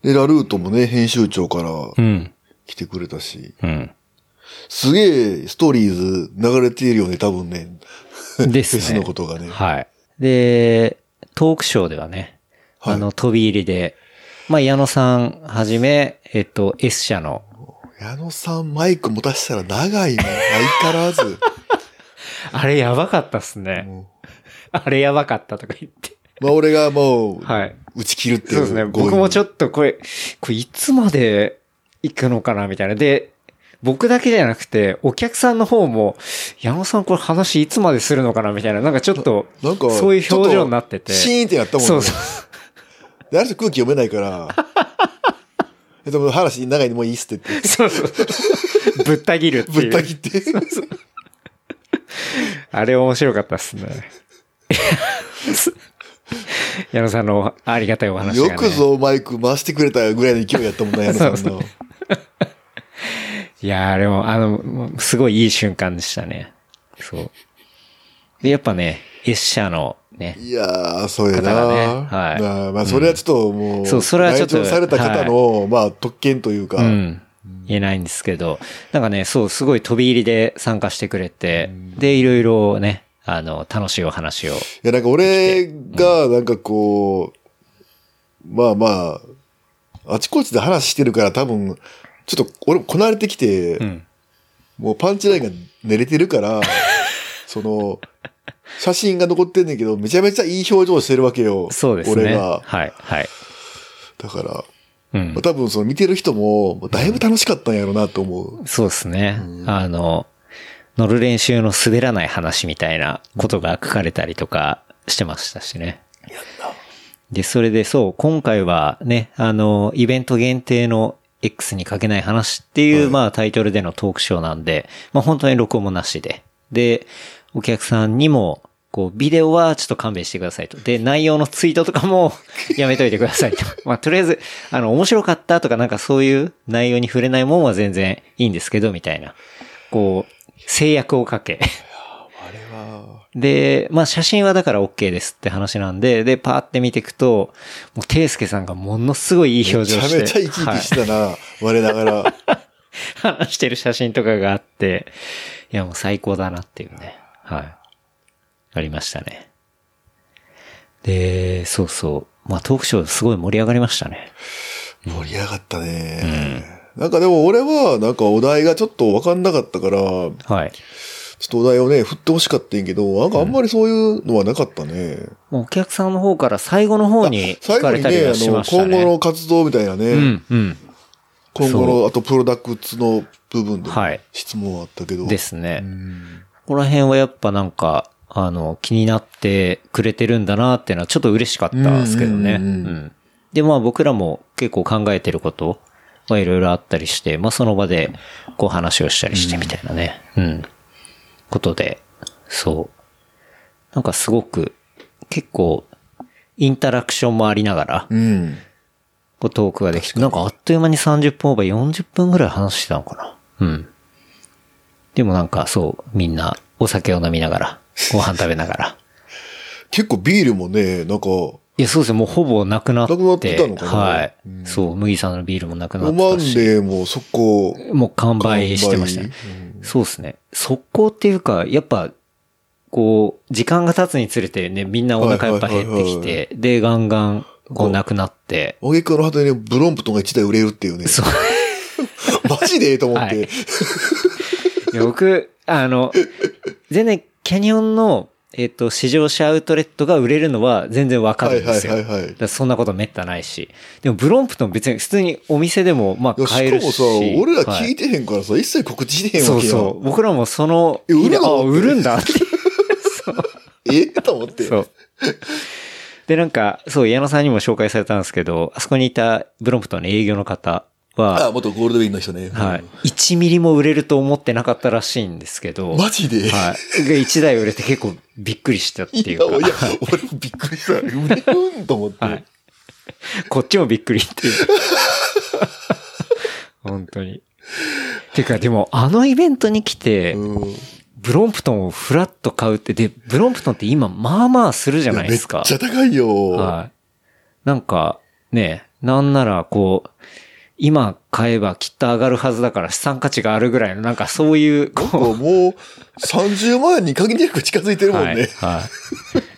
Speaker 3: で、ラルートもね、編集長から
Speaker 2: ん。
Speaker 3: 来てくれたし。
Speaker 2: うん。
Speaker 3: すげえストーリーズ流れているよね、多分ね。
Speaker 2: です
Speaker 3: <laughs>
Speaker 2: ね。
Speaker 3: フェスのことがね
Speaker 2: はい。で、トークショーではね、
Speaker 3: はい
Speaker 2: あの、飛び入りで、まあ、矢野さんはじめ、えっと、S 社の、
Speaker 3: 矢野さんマイク持たしたら長いもん。相変わらず。 <laughs>
Speaker 2: あれやばかったっすね。
Speaker 3: も
Speaker 2: あれやばかったとか言って。
Speaker 3: うまあ俺がもう、
Speaker 2: はい。
Speaker 3: 打ち切るっていう。
Speaker 2: そうですね。僕もちょっとこれ、これいつまで行くのかなみたいな。で、僕だけじゃなくて、お客さんの方も、矢野さんこれ話いつまでするのかなみたいな。なんかちょっと、
Speaker 3: なんか、
Speaker 2: そういう表情になってて。
Speaker 3: ちょっとシーンってやったもんね。
Speaker 2: そうそう。
Speaker 3: で、あの人空気読めな
Speaker 2: <laughs>
Speaker 3: いから。えでも話長いにもういいっすって言って。
Speaker 2: そうそう。 <laughs> ぶった切るっていう。
Speaker 3: ぶった切って。
Speaker 2: あれ面白かったっすね。 <laughs> 矢野さんのありがたいお話が、ね。
Speaker 3: よく。ぞマイク回してくれたぐらいの勢いやったもんな、矢野さん
Speaker 2: そう
Speaker 3: の。
Speaker 2: いやーでも、あの、もうすごいいい瞬間でしたね。そう。で、やっぱね、エッシャーのね、
Speaker 3: いやー、それな、
Speaker 2: 方がねはい
Speaker 3: なあまあ、それはちょっともう、
Speaker 2: そうそれはちょっと
Speaker 3: 内調された方の、まあ、特権というか、
Speaker 2: うん。言えないんですけど、なんかね、そう、すごい飛び入りで参加してくれて、で、いろいろね、あの、楽しいお話を。
Speaker 3: いや、なんか俺が、なんかこう、まあまあ、あちこちで話してるから多分、ちょっと俺もこなれてきて、
Speaker 2: ん
Speaker 3: もうパンチラインが寝れて
Speaker 2: <laughs>
Speaker 3: るから、その、写真が残ってんねんけど、めちゃめちゃいい表情してるわけよ。
Speaker 2: そうですね。
Speaker 3: 俺が。
Speaker 2: はい、はい。
Speaker 3: だから、
Speaker 2: うん
Speaker 3: まあ。多分その見てる人も、だいぶ楽しかったんやろうなと思う。
Speaker 2: そうですね。あの、乗る練習の滑らない話みたいなことが書かれたりとかしてましたしね。で、それでそう、今回はね、あの、イベント限定の X に書けない話っていう、まあタイトルでのトークショーなんで、まあ本当に録音もなしで。で、お客さんにも、こう、ビデオはちょっと勘弁してくださいと。で、内容のツイートとかもやめといてくださいと。まあ、とりあえず、あの、面白かったとかなんかそういう内容に触れないもんは全然いいんですけど、みたいな。こう、制約をかけ。
Speaker 3: あれは、
Speaker 2: で、まあ写真はだから OK ですって話なんで、で、パーって見ていくと、もう、ていすけさんがものすごいいい表情
Speaker 3: めちゃ
Speaker 2: して。
Speaker 3: めちゃ生き生きしてたな、我な
Speaker 2: <laughs>
Speaker 3: がら。
Speaker 2: はい話してる写真とかがあって、いやもう最高だなっていうね。はい。ありましたね。で、そうそう。まあトークショーすごい盛り上がりましたね。
Speaker 3: 盛り上がったね。なんかでも俺は、なんかお題がちょっとわかんなかったから、ちょ
Speaker 2: はい。
Speaker 3: っとお題をね、振ってほしかったんやけど、なんかあんまりそういうのはなかったね。
Speaker 2: もうお客さんの方から最後の方に聞
Speaker 3: 最
Speaker 2: か
Speaker 3: 後
Speaker 2: れ
Speaker 3: に
Speaker 2: たり
Speaker 3: ね、あ
Speaker 2: はし
Speaker 3: の、
Speaker 2: ました
Speaker 3: 今
Speaker 2: ね。
Speaker 3: 後の活動みたいなね、
Speaker 2: うん、うん。
Speaker 3: 今後の、あとプロダクツの部分で
Speaker 2: はい
Speaker 3: 質問あったけど。
Speaker 2: ですね。ここら辺はやっぱなんか、あの、気になってくれてるんだなっていうのはちょっと嬉しかったですけどね。う
Speaker 3: うんうんうん
Speaker 2: ん。で、まあ僕らも結構考えてることはいろいろあったりして、まあその場でこう話をしたりしてみたいなね。うん。ことで、そう。なんかすごく、結構、インタラクションもありながら、
Speaker 3: うん。
Speaker 2: こうトークができて、なんかあっという間に30分オーバー40分ぐらい話してたのかな。うん。でもなんかそう、みんなお酒を飲みなが
Speaker 3: <laughs>
Speaker 2: ら、ご飯食べながら。
Speaker 3: 結構ビールもね、なんか、
Speaker 2: いや、そうですね、もうほぼなくなって。
Speaker 3: なくなってたのかな
Speaker 2: はい。そう、麦さんのビールもなくな
Speaker 3: オ
Speaker 2: っ
Speaker 3: マ
Speaker 2: て
Speaker 3: ン
Speaker 2: たし。
Speaker 3: レーもそこ、
Speaker 2: もう完売してましたね
Speaker 3: 完。
Speaker 2: そうですね。速攻っていうか、やっぱ、こう、時間が経つにつれてね、みんなお腹やっぱ減って
Speaker 3: はい
Speaker 2: き
Speaker 3: はいはい
Speaker 2: て、で、ガンガン、こう、なくなって、
Speaker 3: おげくの果てにブロンプトンが1台売れるっていうね。
Speaker 2: そう
Speaker 3: <laughs> マジでと思っ
Speaker 2: はい
Speaker 3: て。
Speaker 2: いや僕、あの、全然、キャニオンの、えっ、と、試乗車アウトレットが売れるのは全然わか
Speaker 3: は
Speaker 2: るん
Speaker 3: い
Speaker 2: で
Speaker 3: はい
Speaker 2: すよ。
Speaker 3: はいはい
Speaker 2: だか。らそんなことめったないし。でも、ブロンプトン別に普通にお店でも、ま
Speaker 3: い
Speaker 2: あ、
Speaker 3: や
Speaker 2: 買え
Speaker 3: しか
Speaker 2: る
Speaker 3: も
Speaker 2: し。
Speaker 3: さ、俺ら聞
Speaker 2: はい
Speaker 3: いてへんからさ、一切告知してへん
Speaker 2: そ
Speaker 3: わ
Speaker 2: う
Speaker 3: けよ。
Speaker 2: そう。僕らもその、
Speaker 3: え売るの
Speaker 2: あ、売るん
Speaker 3: <laughs>
Speaker 2: だって。
Speaker 3: えと思って。
Speaker 2: そう。で、なんか、そう、矢野さんにも紹介されたんですけど、あそこにいたブロンプトンの営業の方
Speaker 3: あ
Speaker 2: は、
Speaker 3: 元ゴールドウィンの人ね。
Speaker 2: はい。1ミリも売れると思ってなかったらしいんですけど、
Speaker 3: マジで、
Speaker 2: はい。で1台売れて結構びっくりしたって
Speaker 3: い
Speaker 2: い
Speaker 3: や、
Speaker 2: う
Speaker 3: い
Speaker 2: か
Speaker 3: や、、俺もびっくりした。売れるんと思って。
Speaker 2: はいこっちもびっくりっていう。本当に。てか、でも、あのイベントに来て、
Speaker 3: うん
Speaker 2: ブロンプトンをフラッと買うって、で、ブロンプトンって今、まあまあするじゃない
Speaker 3: め
Speaker 2: で
Speaker 3: っ
Speaker 2: すか。
Speaker 3: ちゃ高いよ。
Speaker 2: はい。なんか、ね、なんなら、こう、今買えばきっと上がるはずだから資産価値があるぐらいの、なんかそういう、こう
Speaker 3: もう30万円に限りなく近づいてるもんね。
Speaker 2: はい。はい。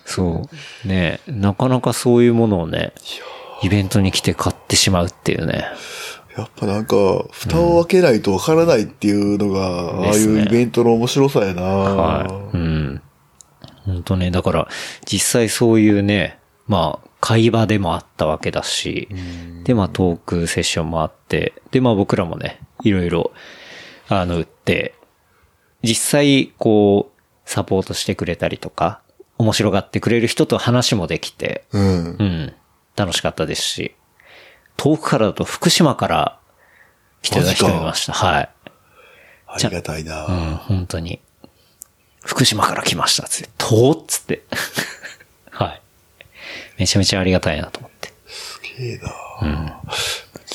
Speaker 2: そう。ねなかなかそういうものをね、イベントに来て買ってしまうっていうね。
Speaker 3: やっぱなんか、蓋を開けないとわからないっていうのが、あ
Speaker 2: で
Speaker 3: あ
Speaker 2: す
Speaker 3: い
Speaker 2: ね
Speaker 3: うイベントの面白さやな、
Speaker 2: はい。うん。本当ね、だから、実際そういうね、まあ、会話でもあったわけだし、で、まあ、トークセッションもあって、で、まあ、僕らもね、いろいろ、あの、売って、実際、こう、サポートしてくれたりとか、面白がってくれる人と話もできて、
Speaker 3: うん。
Speaker 2: うん。楽しかったですし、遠くからだと福島から来てた人いました。はい。
Speaker 3: ありがたいな、
Speaker 2: うん、本当に。福島から来ましたっつって、遠っつって。はい。めちゃめちゃありがたいなと思って。
Speaker 3: すげえな、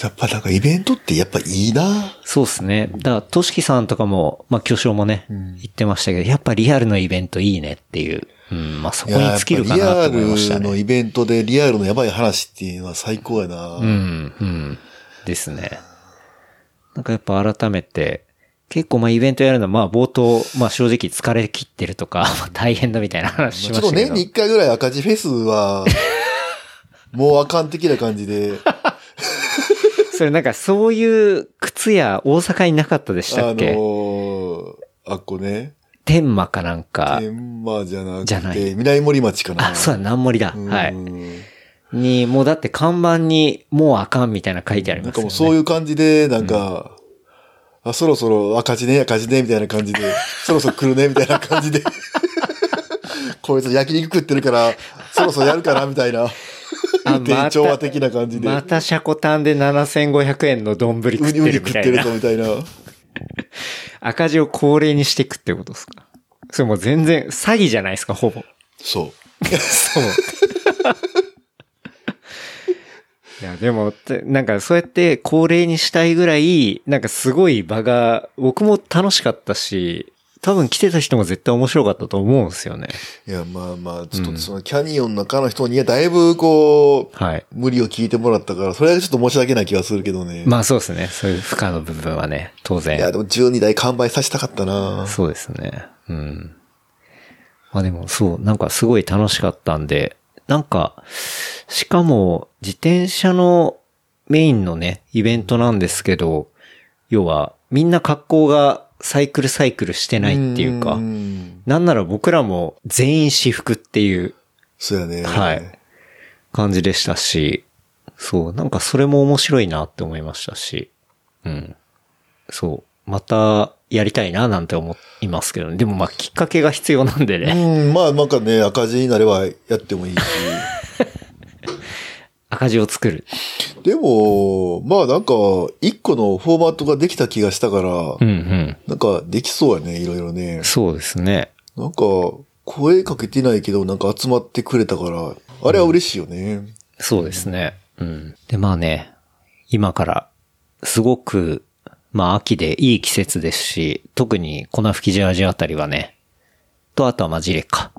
Speaker 3: やっぱなんかイベントってやっぱいいな
Speaker 2: そうですね。だから、としきさんとかも、まあ、巨匠もね、言ってましたけど、やっぱリアルのイベントいいねっていう。うん、まあ、そこに尽きるかなと思いまし
Speaker 3: や
Speaker 2: た
Speaker 3: っぱリアルの
Speaker 2: ね。
Speaker 3: イベントでリアルのやばい話っていうのは最高やな、
Speaker 2: うん、うん。ですね。なんかやっぱ改めて、結構まあイベントやるのはまあ冒頭、まあ正直疲れ切ってるとか、 <laughs> まあ大変だみたいな話し
Speaker 3: ち
Speaker 2: ま
Speaker 3: ょっ
Speaker 2: した
Speaker 3: と
Speaker 2: けど。
Speaker 3: 年に一回ぐらい赤字フェス
Speaker 2: <laughs>
Speaker 3: は、もうあかん的な感じで、あ
Speaker 2: それなんかそういう靴屋大阪になかったでした
Speaker 3: の
Speaker 2: っけ、
Speaker 3: ー、あっこね、
Speaker 2: 天満かなんか。
Speaker 3: 天満じゃな
Speaker 2: じゃな
Speaker 3: く
Speaker 2: い
Speaker 3: て、南森町かな。
Speaker 2: あ、そうだ、南森だ。
Speaker 3: うん
Speaker 2: はい。に、もうだって看板にもうあかんみたいな書いてあり
Speaker 3: な
Speaker 2: ま
Speaker 3: ん
Speaker 2: す
Speaker 3: か
Speaker 2: よ
Speaker 3: もう
Speaker 2: ね。
Speaker 3: そういう感じで、なんか、あ、そろそろ赤字ね、赤字ね、みたいな
Speaker 2: <laughs>
Speaker 3: 感じで、そろそろ来るね、みたいな感じで。こいつ焼肉食ってるから、そろそろやるかな、みたいな。
Speaker 2: あまた
Speaker 3: <laughs> 店長は的な感じで。
Speaker 2: またシャコタンで7500円の丼食
Speaker 3: ウ
Speaker 2: って
Speaker 3: ニウニ
Speaker 2: る
Speaker 3: 食
Speaker 2: み
Speaker 3: ったて
Speaker 2: い
Speaker 3: る
Speaker 2: な
Speaker 3: ぞ、。みたいな。
Speaker 2: 赤字を恒例にしていくってことですかそれもう全然詐欺じゃないですか、ほぼ。
Speaker 3: そう。
Speaker 2: そう。 <laughs> いや、でも、てなんかそうやって恒例にしたいぐらい、なんかすごい場が、僕も楽しかったし、多分来てた人も絶対面白かったと思うんですよね。
Speaker 3: いや、まあまあ、ちょっとそのキャニオンの中の人にはだいぶこう、
Speaker 2: はい。
Speaker 3: 無理を聞いてもらったから、それはちょっと申し訳ない気がするけどね。
Speaker 2: まあそうですね。そういう負荷の部分はね、当
Speaker 3: いや、
Speaker 2: 然。
Speaker 3: でも12台完売させたかったな
Speaker 2: そうですね。うん。まあでもそう、なんかすごい楽しかったんで、なんか、しかも自転車のメインのね、イベントなんですけど、要はみんな格好がサイクルサイクルしてないっていうか
Speaker 3: う、ん
Speaker 2: なんなら僕らも全員私服っていう
Speaker 3: そうやね。
Speaker 2: はい。感じでしたし、そう、なんかそれも面白いなって思いましたし、うん。そう、またやりたいななんて思いますけどね。でもまあきっかけが必要なんでね、
Speaker 3: うん、 <laughs> まあなんかね、赤字になればやってもいいし。
Speaker 2: 赤字を作る。
Speaker 3: でも、まあなんか、一個のフォーマットができた気がしたから、
Speaker 2: うんうん。
Speaker 3: なんかできそうやね、いろいろね。
Speaker 2: そうですね。
Speaker 3: なんか、声かけてないけど、なんか集まってくれたから、あれは嬉しいよね。
Speaker 2: そうですね。うん。で、まあね、今から、すごく、まあ秋でいい季節ですし、特に粉吹きジャージあたりはね、とあとはまあジレか。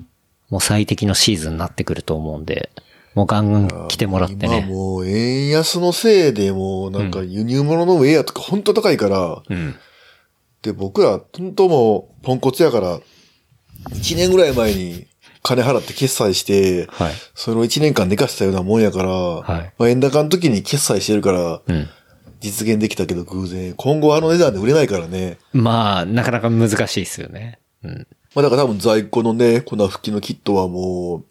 Speaker 2: もう最適のシーズンになってくると思うんで、もうガンガン来てもらって
Speaker 3: 今
Speaker 2: ね。
Speaker 3: もう、円安のせいでもう、なんか輸入物のウェアとかほんと高いから、
Speaker 2: うん。
Speaker 3: で、僕ら、ほんともう、ポンコツやから、1年ぐらい前に金払って決済して、
Speaker 2: はい。
Speaker 3: それを1年間寝かしたようなもんやから、
Speaker 2: い
Speaker 3: まあ円高の時に決済してるから、
Speaker 2: うん。
Speaker 3: 実現できたけど偶然、今後あの値段で売れないからね。
Speaker 2: まあ、なかなか難しいですよね。うん。
Speaker 3: まあだから多分在庫のね、粉吹きのキットはも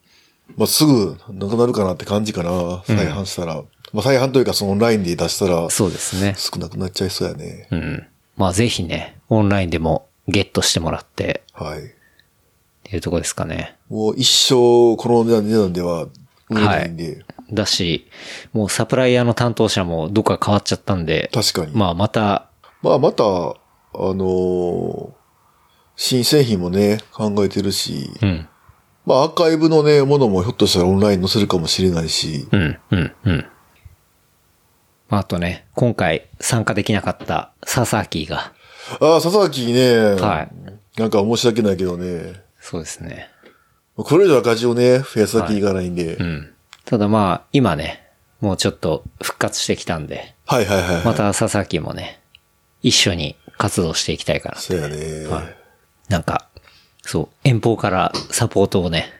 Speaker 3: う、まあすぐなくなるかなって感じかな。再販したら。まあ再販というかそのオンラインで出したら、
Speaker 2: そうですね。
Speaker 3: 少なくなっちゃいそうやね。
Speaker 2: うん。まあぜひね、オンラインでもゲットしてもらって、
Speaker 3: はい。
Speaker 2: っていうとこですかね。
Speaker 3: もう一生この値段値段では売れないんで、
Speaker 2: だし、もうサプライヤーの担当者もどっか変わっちゃったんで、
Speaker 3: 確かに。ま
Speaker 2: まあまた、
Speaker 3: あまた、あのー新製品もね、考えてるし、
Speaker 2: うん、
Speaker 3: まあアーカイブのね、ものもひょっとしたらオンラインに載せるかもしれないし、
Speaker 2: うん、うん、うん。まああとね、今回参加できなかったササーキーが、
Speaker 3: ああ、佐々木ね。
Speaker 2: は
Speaker 3: なんか申し訳ないけどね。
Speaker 2: そうですね。
Speaker 3: これ以上赤字をね、増やすわけにいかないんで。
Speaker 2: うん。ただまあ、今ね、もうちょっと復活してきたんで、
Speaker 3: はいはいはい。
Speaker 2: ま。た佐々木もね、一緒に活動していきたいから。
Speaker 3: そうやね。
Speaker 2: はい。なんか、そう、遠方からサポートをね、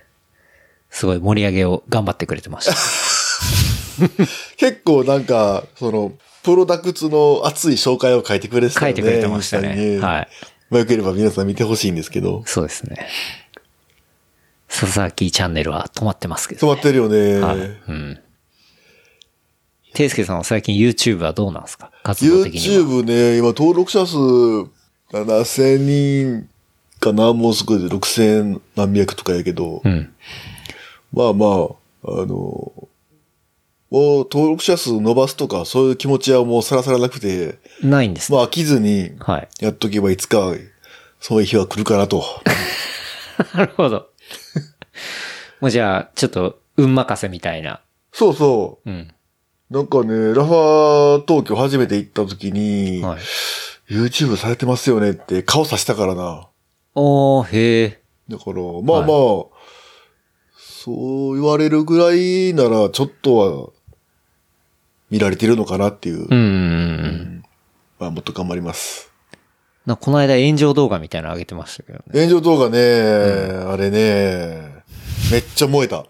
Speaker 2: すごい盛り上げを頑張ってくれてました。
Speaker 3: 結構なんか、その、プロダクツの熱い紹介を書いてくれてた
Speaker 2: 書
Speaker 3: よ
Speaker 2: いてくれてました
Speaker 3: インスタに
Speaker 2: ね。はい。
Speaker 3: まあ、よければ皆さん見てほしいんですけど。
Speaker 2: そうですね。佐々木チャンネルは止まってますけ
Speaker 3: 止
Speaker 2: ど、
Speaker 3: ま
Speaker 2: ね。
Speaker 3: ってるよね。
Speaker 2: はい。うん。ていすけさんは最近 YouTube はどうなんですか活動的には。
Speaker 3: YouTube ね、今登録者数7000人かな、もうすぐで6000何百とかやけど、
Speaker 2: うん。
Speaker 3: まあまあ、あの、もう登録者数伸ばすとか、そういう気持ちはもうさらさらなくて、
Speaker 2: ないんです、ね
Speaker 3: まあ飽きずに
Speaker 2: はい。 <laughs>
Speaker 3: やっとけばいつか、そういう日は来るかなと。
Speaker 2: なるほど。もうじゃあ、ちょっと、運任せみたいな。
Speaker 3: そうそ
Speaker 2: うん。
Speaker 3: う。なんかね、ラファ東京初めて行った時に、
Speaker 2: はい。
Speaker 3: YouTube されてますよねって顔さしたからな。
Speaker 2: おー、へえ。
Speaker 3: だから、まあまあ、そう言われるぐらいなら、ちょっとは、見られてるのかなっていう。
Speaker 2: うんうんうん。
Speaker 3: まあ、もっと頑張ります。
Speaker 2: なこの間炎上動画みたいなの上げてましたけどね。
Speaker 3: 炎上動画ね、あれね、めっちゃ
Speaker 2: <laughs>
Speaker 3: 燃えた。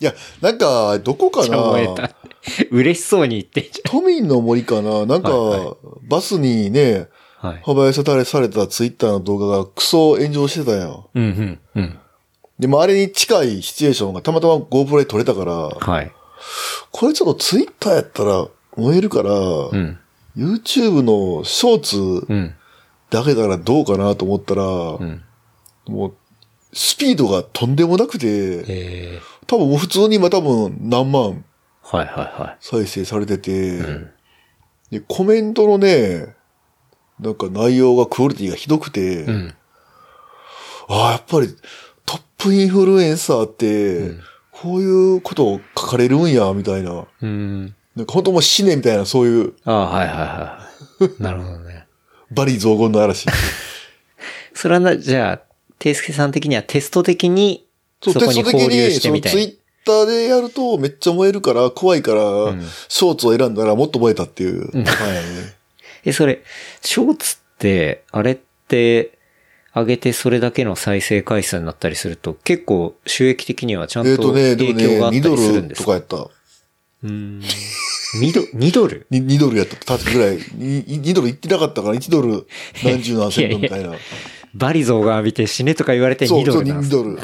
Speaker 3: いや、なんか、どこ
Speaker 2: め
Speaker 3: か
Speaker 2: っちゃ燃え
Speaker 3: な
Speaker 2: た。 <laughs> 嬉しそうに言ってんじ
Speaker 3: 都民の森かななんか、
Speaker 2: はい
Speaker 3: バスにね、
Speaker 2: ゃん。はい。
Speaker 3: 幅寄せたれされたツイッターの動画がクソ炎上してたやん。
Speaker 2: うんうんうん。
Speaker 3: でもあれに近いシチュエーションがたまたま GoPro で撮れたから、
Speaker 2: はい。
Speaker 3: これちょっとツイッターやったら燃えるから、
Speaker 2: うん。
Speaker 3: YouTube のショーツ
Speaker 2: うん。
Speaker 3: だけならどうかなと思ったら、
Speaker 2: うん。
Speaker 3: もう、スピードがとんでもなくて、
Speaker 2: ええ。
Speaker 3: 多分もう普通に今多分何万
Speaker 2: はいはいは
Speaker 3: 再生されてて、
Speaker 2: い。うん。
Speaker 3: で、コメントのね、なんか内容がクオリティがひどくて、
Speaker 2: うん。
Speaker 3: ああ、やっぱりトップインフルエンサーって、
Speaker 2: うん
Speaker 3: こういうことを書かれるんや、みたいな。
Speaker 2: うん。
Speaker 3: なんか本当もう死ねみたいな、そういう
Speaker 2: ああ、はいはいはい。なるほどね。
Speaker 3: バリ雑言の嵐。
Speaker 2: それはな、じゃあ、ていすけさん的にはテスト的に、
Speaker 3: そ
Speaker 2: <laughs>
Speaker 3: う、
Speaker 2: そ
Speaker 3: テ
Speaker 2: こ
Speaker 3: ス
Speaker 2: に
Speaker 3: ト的
Speaker 2: 放流
Speaker 3: に、
Speaker 2: し
Speaker 3: そ
Speaker 2: て
Speaker 3: の
Speaker 2: みた
Speaker 3: ツイ
Speaker 2: い
Speaker 3: ッターでやるとめっちゃ燃えるから、怖いから、
Speaker 2: ん
Speaker 3: ショーツを選んだらもっと燃えたっていう。
Speaker 2: <laughs>
Speaker 3: はい。
Speaker 2: な。え、それ、ショーツって、あれって、上げてそれだけの再生回数になったりすると、結構収益的にはちゃん
Speaker 3: えっ
Speaker 2: と
Speaker 3: とね、
Speaker 2: 影
Speaker 3: でも
Speaker 2: 響があった
Speaker 3: ね、2ド
Speaker 2: りするん
Speaker 3: ル
Speaker 2: です
Speaker 3: と
Speaker 2: か
Speaker 3: かやった。
Speaker 2: うーん。2ドル ?2 ドル
Speaker 3: 2, ドルやった。確かぐらい。2ドル行ってなかったから、1ドル何十何千ドルみたいな。
Speaker 2: バリゾーが浴びて死ねとか言われて
Speaker 3: そう、
Speaker 2: 2
Speaker 3: そ
Speaker 2: ド
Speaker 3: う、
Speaker 2: ルなんで
Speaker 3: 2
Speaker 2: す
Speaker 3: ドル。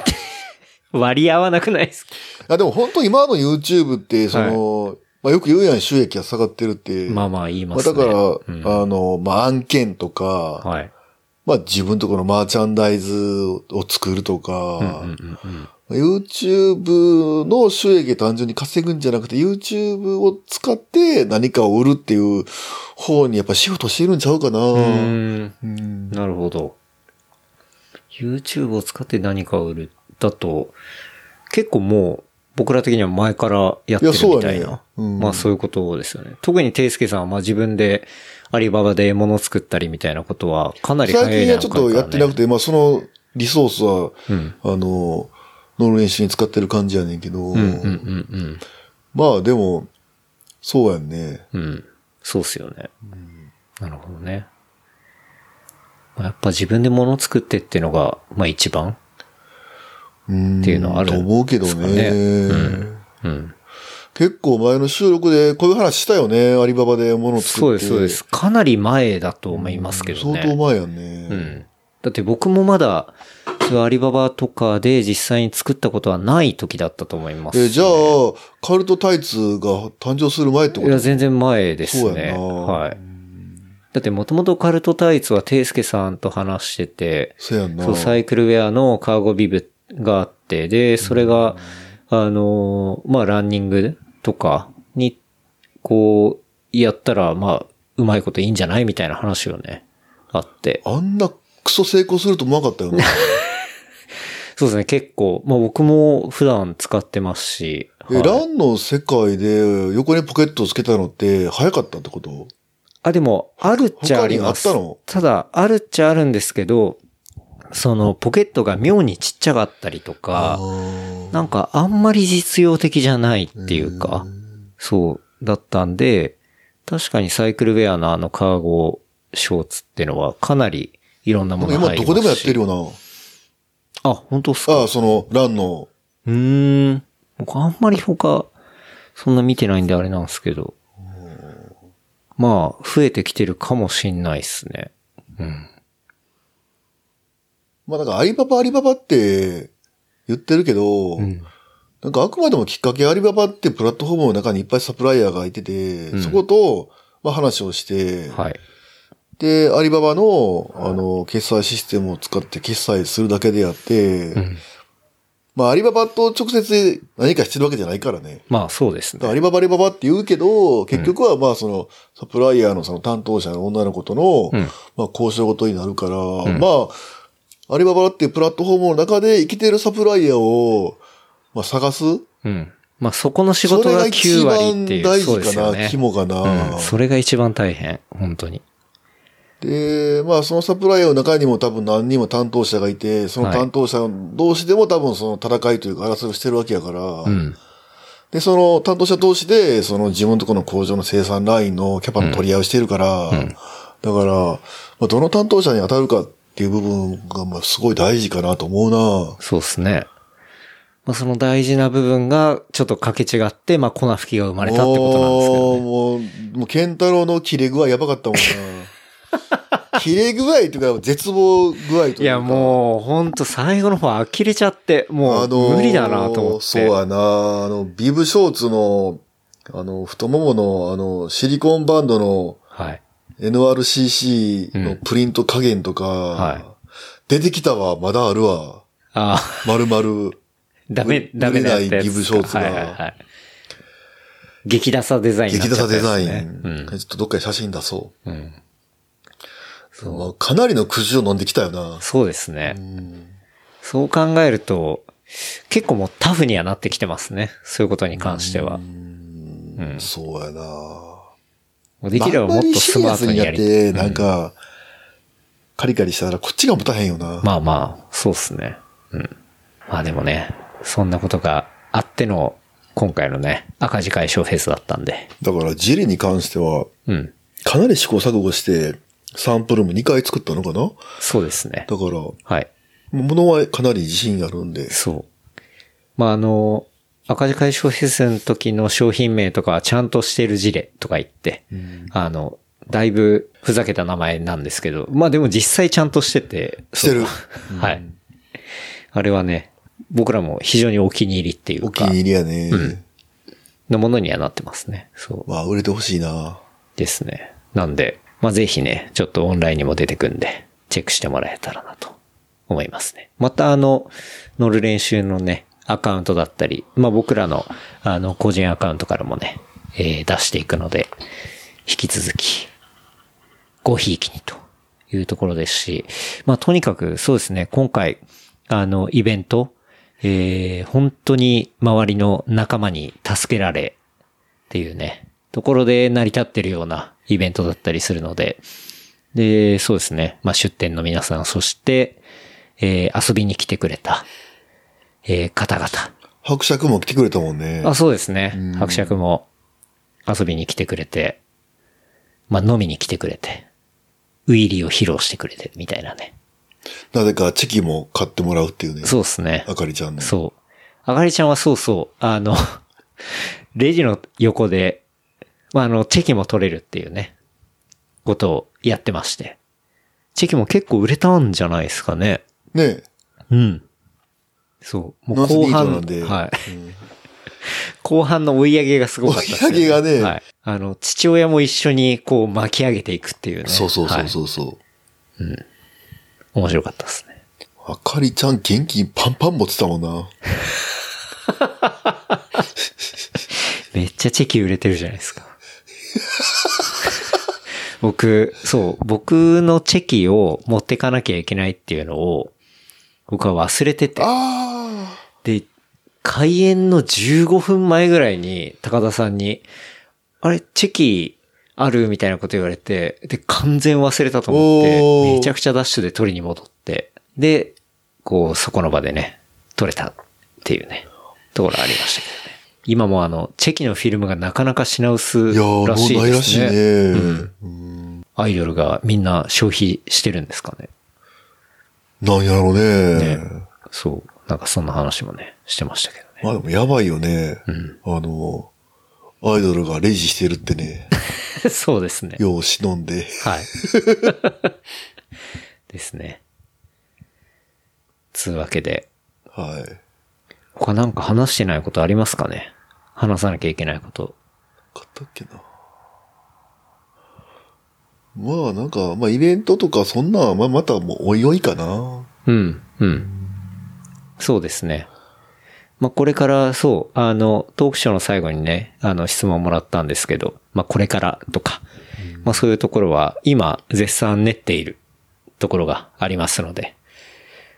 Speaker 2: 割り合わなくないですか
Speaker 3: あでも本当今の YouTube って、その、まあよく言うやん、収益が下がってるって。
Speaker 2: ま
Speaker 3: まあ
Speaker 2: あまあ言います
Speaker 3: だ
Speaker 2: ね。
Speaker 3: から、
Speaker 2: うん
Speaker 3: あの、まあ、案件とか、
Speaker 2: はい。
Speaker 3: まあ、自分とこのマーチャンダイズを作るとか、
Speaker 2: うんうんうん。
Speaker 3: YouTube の収益を単純に稼ぐんじゃなくて、YouTube を使って何かを売るっていう方にやっぱシフトしてるんちゃうかな。
Speaker 2: うーん。
Speaker 3: うん
Speaker 2: なるほど。YouTube を使って何かを売るだと、結構もう僕ら的には前からやってる
Speaker 3: いやそう
Speaker 2: み
Speaker 3: だ
Speaker 2: たい
Speaker 3: ね
Speaker 2: な。
Speaker 3: うん
Speaker 2: まあそういうことですよね。特にていすけさんはまあ自分でアリババで物を作ったりみたいなことはかなり早い
Speaker 3: 最近はちょっとやってなく
Speaker 2: て。
Speaker 3: て、まあそのリソースは、
Speaker 2: うん。
Speaker 3: あの、脳の練習に使ってる感じやねんけど、
Speaker 2: うんうんうん
Speaker 3: まあでも、そうやんね。
Speaker 2: うん。うん。そうっすよね。なるほどね。まあやっぱ自分で物を作ってっていうのが、まあ一番。
Speaker 3: っ
Speaker 2: っていうのはある
Speaker 3: と思うけどね。
Speaker 2: ですかねうん。
Speaker 3: 結構前の収録でこういう話したよね。アリババで物を作って。
Speaker 2: そうです、そうです。かなり前だと思いますけどね。
Speaker 3: 相当前やん
Speaker 2: う
Speaker 3: ね。
Speaker 2: ん。だって僕もまだ、そういうアリババとかで実際に作ったことはない時だったと思います、
Speaker 3: えじゃあ、カルトタイツが誕生する前ってこ
Speaker 2: い
Speaker 3: と
Speaker 2: や、全然前です
Speaker 3: そう
Speaker 2: ね。
Speaker 3: やんな
Speaker 2: はい。だってもともとカルトタイツはテイスケさんと話してて、
Speaker 3: そうやんな。
Speaker 2: そう、サイクルウェアのカーゴビブがあって、で、それが、あのー、まあ、ランニングとかに、こう、やったら、まあ、うまいこといいんじゃないみたいな話をね、あって。
Speaker 3: あんなクソ成功すると思わなかった
Speaker 2: <laughs>
Speaker 3: よね。
Speaker 2: そうですね、結構。まあ僕も普段使ってますし。は
Speaker 3: え、
Speaker 2: い
Speaker 3: ランの世界で横にポケットをつけたのって早かったってこと
Speaker 2: あ、でも、あるっちゃあります。
Speaker 3: 他にあったの
Speaker 2: だ、あるっちゃあるんですけど、そのポケットが妙にちっちゃかったりとか、
Speaker 3: ー
Speaker 2: なんかあんまり実用的じゃないっていうか、そうだったんで、確かにサイクルウェアのあのカーゴショーツってのはかなりいろんなものが
Speaker 3: 今
Speaker 2: 入りますし
Speaker 3: どこでもやってるよな。
Speaker 2: あ、本当っすか
Speaker 3: ああ、その、ランの、
Speaker 2: うーん。僕あんまり他、そんな見てないんであれなんですけど。まあ、増えてきてるかもしんないっすね。うん。
Speaker 3: まあなんかアリババアリババって言ってるけど、
Speaker 2: うん。
Speaker 3: なんかあくまでもきっかけアリババってプラットフォームの中にいっぱいサプライヤーがいてて、
Speaker 2: うん
Speaker 3: そこと、まあ話をして、
Speaker 2: はい。
Speaker 3: で、アリババの、あの、決済システムを使って決済するだけであって、
Speaker 2: うん。
Speaker 3: まあアリババと直接何かしてるわけじゃないからね。
Speaker 2: まあ、そうです
Speaker 3: だからア
Speaker 2: ね。
Speaker 3: リババアリババって言うけど、結局はまあその、サプライヤーのその担当者の女の子との、
Speaker 2: うん
Speaker 3: まあ交渉事になるから、
Speaker 2: ん
Speaker 3: まあ、アリババっていうプラットフォームの中で生きてるサプライヤーを、まあ探す
Speaker 2: うん。まあ、そこの仕事が9割っていう。そう
Speaker 3: それが一番大
Speaker 2: です
Speaker 3: 事
Speaker 2: よ
Speaker 3: か
Speaker 2: ね
Speaker 3: な、。肝かな、
Speaker 2: うん。それが一番大変。本当に。
Speaker 3: で、まあそのサプライヤーの中にも多分何人も担当者がいて、その担当者同士でも多分その戦いというか争いをしてるわけやから、
Speaker 2: うん。
Speaker 3: で、その担当者同士で、その自分のところの工場の生産ラインのキャパの取り合いをしてるから、だから、まあ、どの担当者に当たるかっていう部分が、まあ、すごい大事かなと思うな。
Speaker 2: そうですね。まあ、その大事な部分が、ちょっとかけ違って、まあ、粉吹きが生まれたってことなんですけどね。
Speaker 3: もう、もう、もう、ケンタロウの切れ具合やばかったもんな。切れ具合っていうか、絶望具合というか。
Speaker 2: いや、もう、ほんと最後の方呆れちゃって、もう、
Speaker 3: ー
Speaker 2: 無理だなと思って。
Speaker 3: そうやな。あの、ビブショーツの、あの、太ももの、あの、シリコンバンドの、
Speaker 2: はい。
Speaker 3: NRCC
Speaker 2: う
Speaker 3: の
Speaker 2: ん
Speaker 3: プリント加減とか、
Speaker 2: はい
Speaker 3: 出てきたわ、まだあるわ。
Speaker 2: あ
Speaker 3: <laughs>
Speaker 2: あ、
Speaker 3: 丸々。
Speaker 2: ダメ、ダメなやつ
Speaker 3: 売れないギブショーツが
Speaker 2: はいはいはい。激ダサデザインにな
Speaker 3: 激
Speaker 2: っちゃ
Speaker 3: ダ
Speaker 2: ったや
Speaker 3: サ
Speaker 2: つね、
Speaker 3: デザイン。
Speaker 2: うん
Speaker 3: ちょっとどっかで写真出そ
Speaker 2: うん。
Speaker 3: う。まあかなりの苦汁を飲んできたよな。
Speaker 2: そうですね
Speaker 3: う。ん
Speaker 2: そう考えると、結構もうタフにはなってきてますね。そういうことに関しては。うん
Speaker 3: そうやな。
Speaker 2: もうできればもっとスマートにやり
Speaker 3: あんまりシリアスにやって、なん
Speaker 2: うん
Speaker 3: か、カリカリしたらこっちが持たへんよな。
Speaker 2: まあまあ、そうですね。うん。まあでもね、そんなことがあっての、今回のね、赤字解消フェスだったんで。
Speaker 3: だから、ジリに関しては、
Speaker 2: うん。
Speaker 3: かなり試行錯誤して、サンプルも2回作ったのかな
Speaker 2: そうですね。
Speaker 3: だから、
Speaker 2: はい。
Speaker 3: 物はかなり自信あるんで。
Speaker 2: そう。まあ、あの、赤字解消フェスの時の商品名とかはちゃんとしてる事例とか言って、あの、だいぶふざけた名前なんですけど、まあでも実際ちゃんとしてて、
Speaker 3: してる
Speaker 2: そうはい。あれはね、僕らも非常にお気に入りっていう
Speaker 3: お気
Speaker 2: か
Speaker 3: に、入りやね。
Speaker 2: のものにはなってますね。そう
Speaker 3: まあ、売れてほしいな。
Speaker 2: ですね。なんで、まあぜひね、ちょっとオンラインにも出てくんで、チェックしてもらえたらなと思いますね。またあの、乗る練習のね、アカウントだったり、まあ僕らの、あの、個人アカウントからもね、えー出していくので、引き続き、ごひいきにというところですし、まあとにかくそうですね、今回、あの、イベント、えー本当に周りの仲間に助けられっていうね、ところで成り立ってるようなイベントだったりするので、で、そうですね、まあ出店の皆さん、そして、えー遊びに来てくれた、えー方々、
Speaker 3: 伯爵も来てくれたもんね。
Speaker 2: あ、そうですね。伯爵も遊びに来てくれて、まあ飲みに来てくれて、ウィリーを披露してくれて、みたいなね。
Speaker 3: なぜかチェキも買ってもらうっていうね。
Speaker 2: そうですね。
Speaker 3: あかりちゃんの。
Speaker 2: そう。あがりちゃんはそうそう、あの、 <laughs> レジの横で、まあ、あの、チェキも取れるっていうね、ことをやってまして。チェキも結構売れたんじゃないですかね。
Speaker 3: ね
Speaker 2: うん。そう。もう
Speaker 3: ノース
Speaker 2: 後
Speaker 3: リート
Speaker 2: 半、
Speaker 3: なんで。
Speaker 2: はい。
Speaker 3: うん
Speaker 2: 後半の追い上げがすごかった、
Speaker 3: 追い上げがね
Speaker 2: はい。あの、父親も一緒にこう巻き上げていくっていうね。
Speaker 3: そうそうそう
Speaker 2: う。
Speaker 3: そうそう。
Speaker 2: はい、面白かったですね。
Speaker 3: あかりちゃん元気にパンパン持ってたもんな。
Speaker 2: めっちゃチェキ売れてるじゃない
Speaker 3: <laughs>
Speaker 2: ですか。僕、そう、僕のチェキを持ってかなきゃいけないっていうのを、僕は忘れてて。
Speaker 3: あ
Speaker 2: で、開演の15分前ぐらいに、高田さんに、あれ、チェキあるみたいなこと言われて、で、完全忘れたと思って
Speaker 3: お、ー
Speaker 2: めちゃくちゃダッシュで取りに戻って、で、こう、そこの場でね、取れたっていうね、ところありましたけどね。
Speaker 3: あ。
Speaker 2: 今もあの、チェキのフィルムがなかなか品薄
Speaker 3: いやー、
Speaker 2: らしい
Speaker 3: もうない
Speaker 2: で
Speaker 3: らし
Speaker 2: す
Speaker 3: いね。
Speaker 2: ね。
Speaker 3: うん
Speaker 2: アイドルがみんな消費してるんですかね。
Speaker 3: なんやろうね。
Speaker 2: ねそう。なんかそんな話もね、してましたけどね。 <laughs>
Speaker 3: まあでもやばいよね。あの、アイドルがレジしてるっ
Speaker 2: <laughs>
Speaker 3: てね、
Speaker 2: そうですね。
Speaker 3: よう忍んで。
Speaker 2: はい。 <laughs> ですね。つうわけで、
Speaker 3: はい。
Speaker 2: 他なんか話してないことありますかね話さなきゃいけないこと。
Speaker 3: 買ったっけな。まあなんか、まあイベントとかそんな、まあまたもうおいおいかな。
Speaker 2: うん、うん。そうですね。まあ、これから、そう、あの、トークショーの最後にね、あの、質問もらったんですけど、まあ、これからとか、まあ、そういうところは、今、絶賛練っているところがありますので、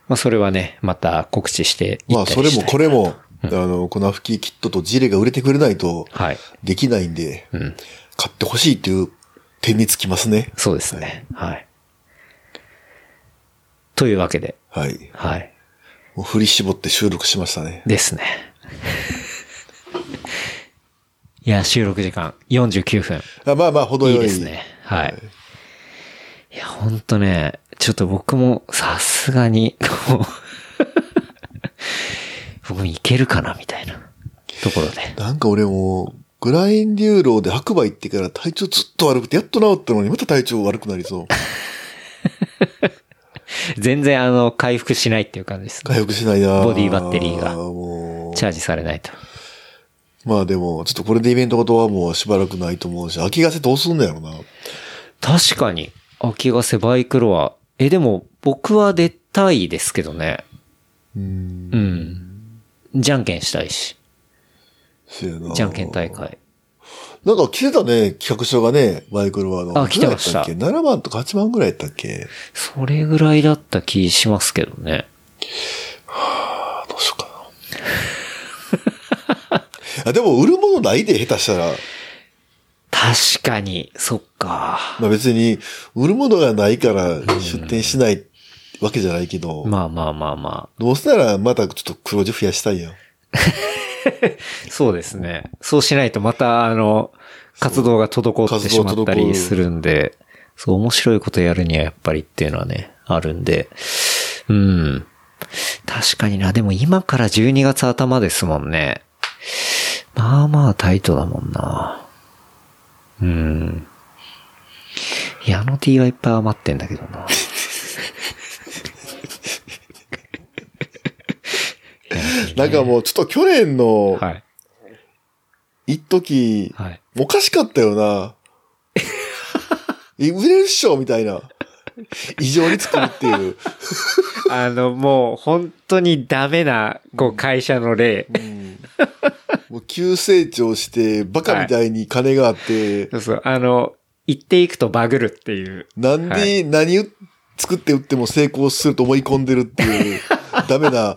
Speaker 2: まあ、それはね、また告知してい
Speaker 3: ま
Speaker 2: っ
Speaker 3: あ
Speaker 2: た
Speaker 3: そ
Speaker 2: り
Speaker 3: れ
Speaker 2: した
Speaker 3: も
Speaker 2: い
Speaker 3: これも、あの、このアフキーキットとジレが売れてくれないと、
Speaker 2: はい。
Speaker 3: できないんで、
Speaker 2: うん。
Speaker 3: 買ってほしいっていう点につきますね。
Speaker 2: そうですね。はい。というわけで、
Speaker 3: はい。
Speaker 2: はい。
Speaker 3: もう振り絞って収録しましたね。
Speaker 2: ですね。 <laughs> いや、収録時間49分。
Speaker 3: あまあまあ、程よ
Speaker 2: い
Speaker 3: い。
Speaker 2: いですね。はい。いや、ほんとね、ちょっと僕もさすがに、もう <laughs> 僕もいけるかな、みたいなところで。
Speaker 3: なんか俺も、グラインデューローで白馬行ってから体調ずっと悪くて、やっと治ったのにまた体調悪くなりそう。
Speaker 2: 全然、あの、回復しないっていう感じですね。
Speaker 3: 回復しないな
Speaker 2: ボディバッテリーが
Speaker 3: も
Speaker 2: チャージされないと。
Speaker 3: うまあでも、ちょっとこれでイベントことはもうしばらくないと思うし、秋がせどうすんだよな。
Speaker 2: 確かに、秋ヶ瀬バイクロア。え、でも、僕は出たいですけどね。
Speaker 3: うん。
Speaker 2: うん。じゃんけんしたいし。
Speaker 3: せやな
Speaker 2: じゃんけん大。会。
Speaker 3: なんか来てたね、企画書がね、バイクロワの。
Speaker 2: あ来てました
Speaker 3: いくらやっっけ ?7 万とか8万ぐらいやったっけ
Speaker 2: それぐらいだった気しますけどね。
Speaker 3: あ、どうしようか
Speaker 2: <laughs>
Speaker 3: な。あ、でも売るものないで、下手したら。
Speaker 2: 確かに、そっか。
Speaker 3: まあ別に、売るものがないから出店しないわけじゃないけど、
Speaker 2: まあまあまあま
Speaker 3: どうせならまたちょっと黒字増やしたいやん。
Speaker 2: あ。そうですね。そうしないとまた、あの、活動が滞ってしまったりするんで、そう、面白いことやるにはやっぱりっていうのはね、あるんで。うん。確かにな。でも今から12月頭ですもんね。まあまあタイトだもんな。うん。いや、あの T はいっぱい余ってんだけどな。
Speaker 3: なんかもうちょっと去年の
Speaker 2: はい。
Speaker 3: 一時、
Speaker 2: はい。
Speaker 3: おかしかった
Speaker 2: <laughs>
Speaker 3: よな。え売れるっしょみたいな。異常に作るっていう。
Speaker 2: あの、もう本当にダメな、こう会社の例。
Speaker 3: うんもう急成長して、バカみたいに金があって、
Speaker 2: そうそう。あの、行っていくとバグるっていう。
Speaker 3: なんで、
Speaker 2: はい
Speaker 3: 何を作って売っても成功すると思い込んでるっ
Speaker 2: <laughs>
Speaker 3: ていう、ダメな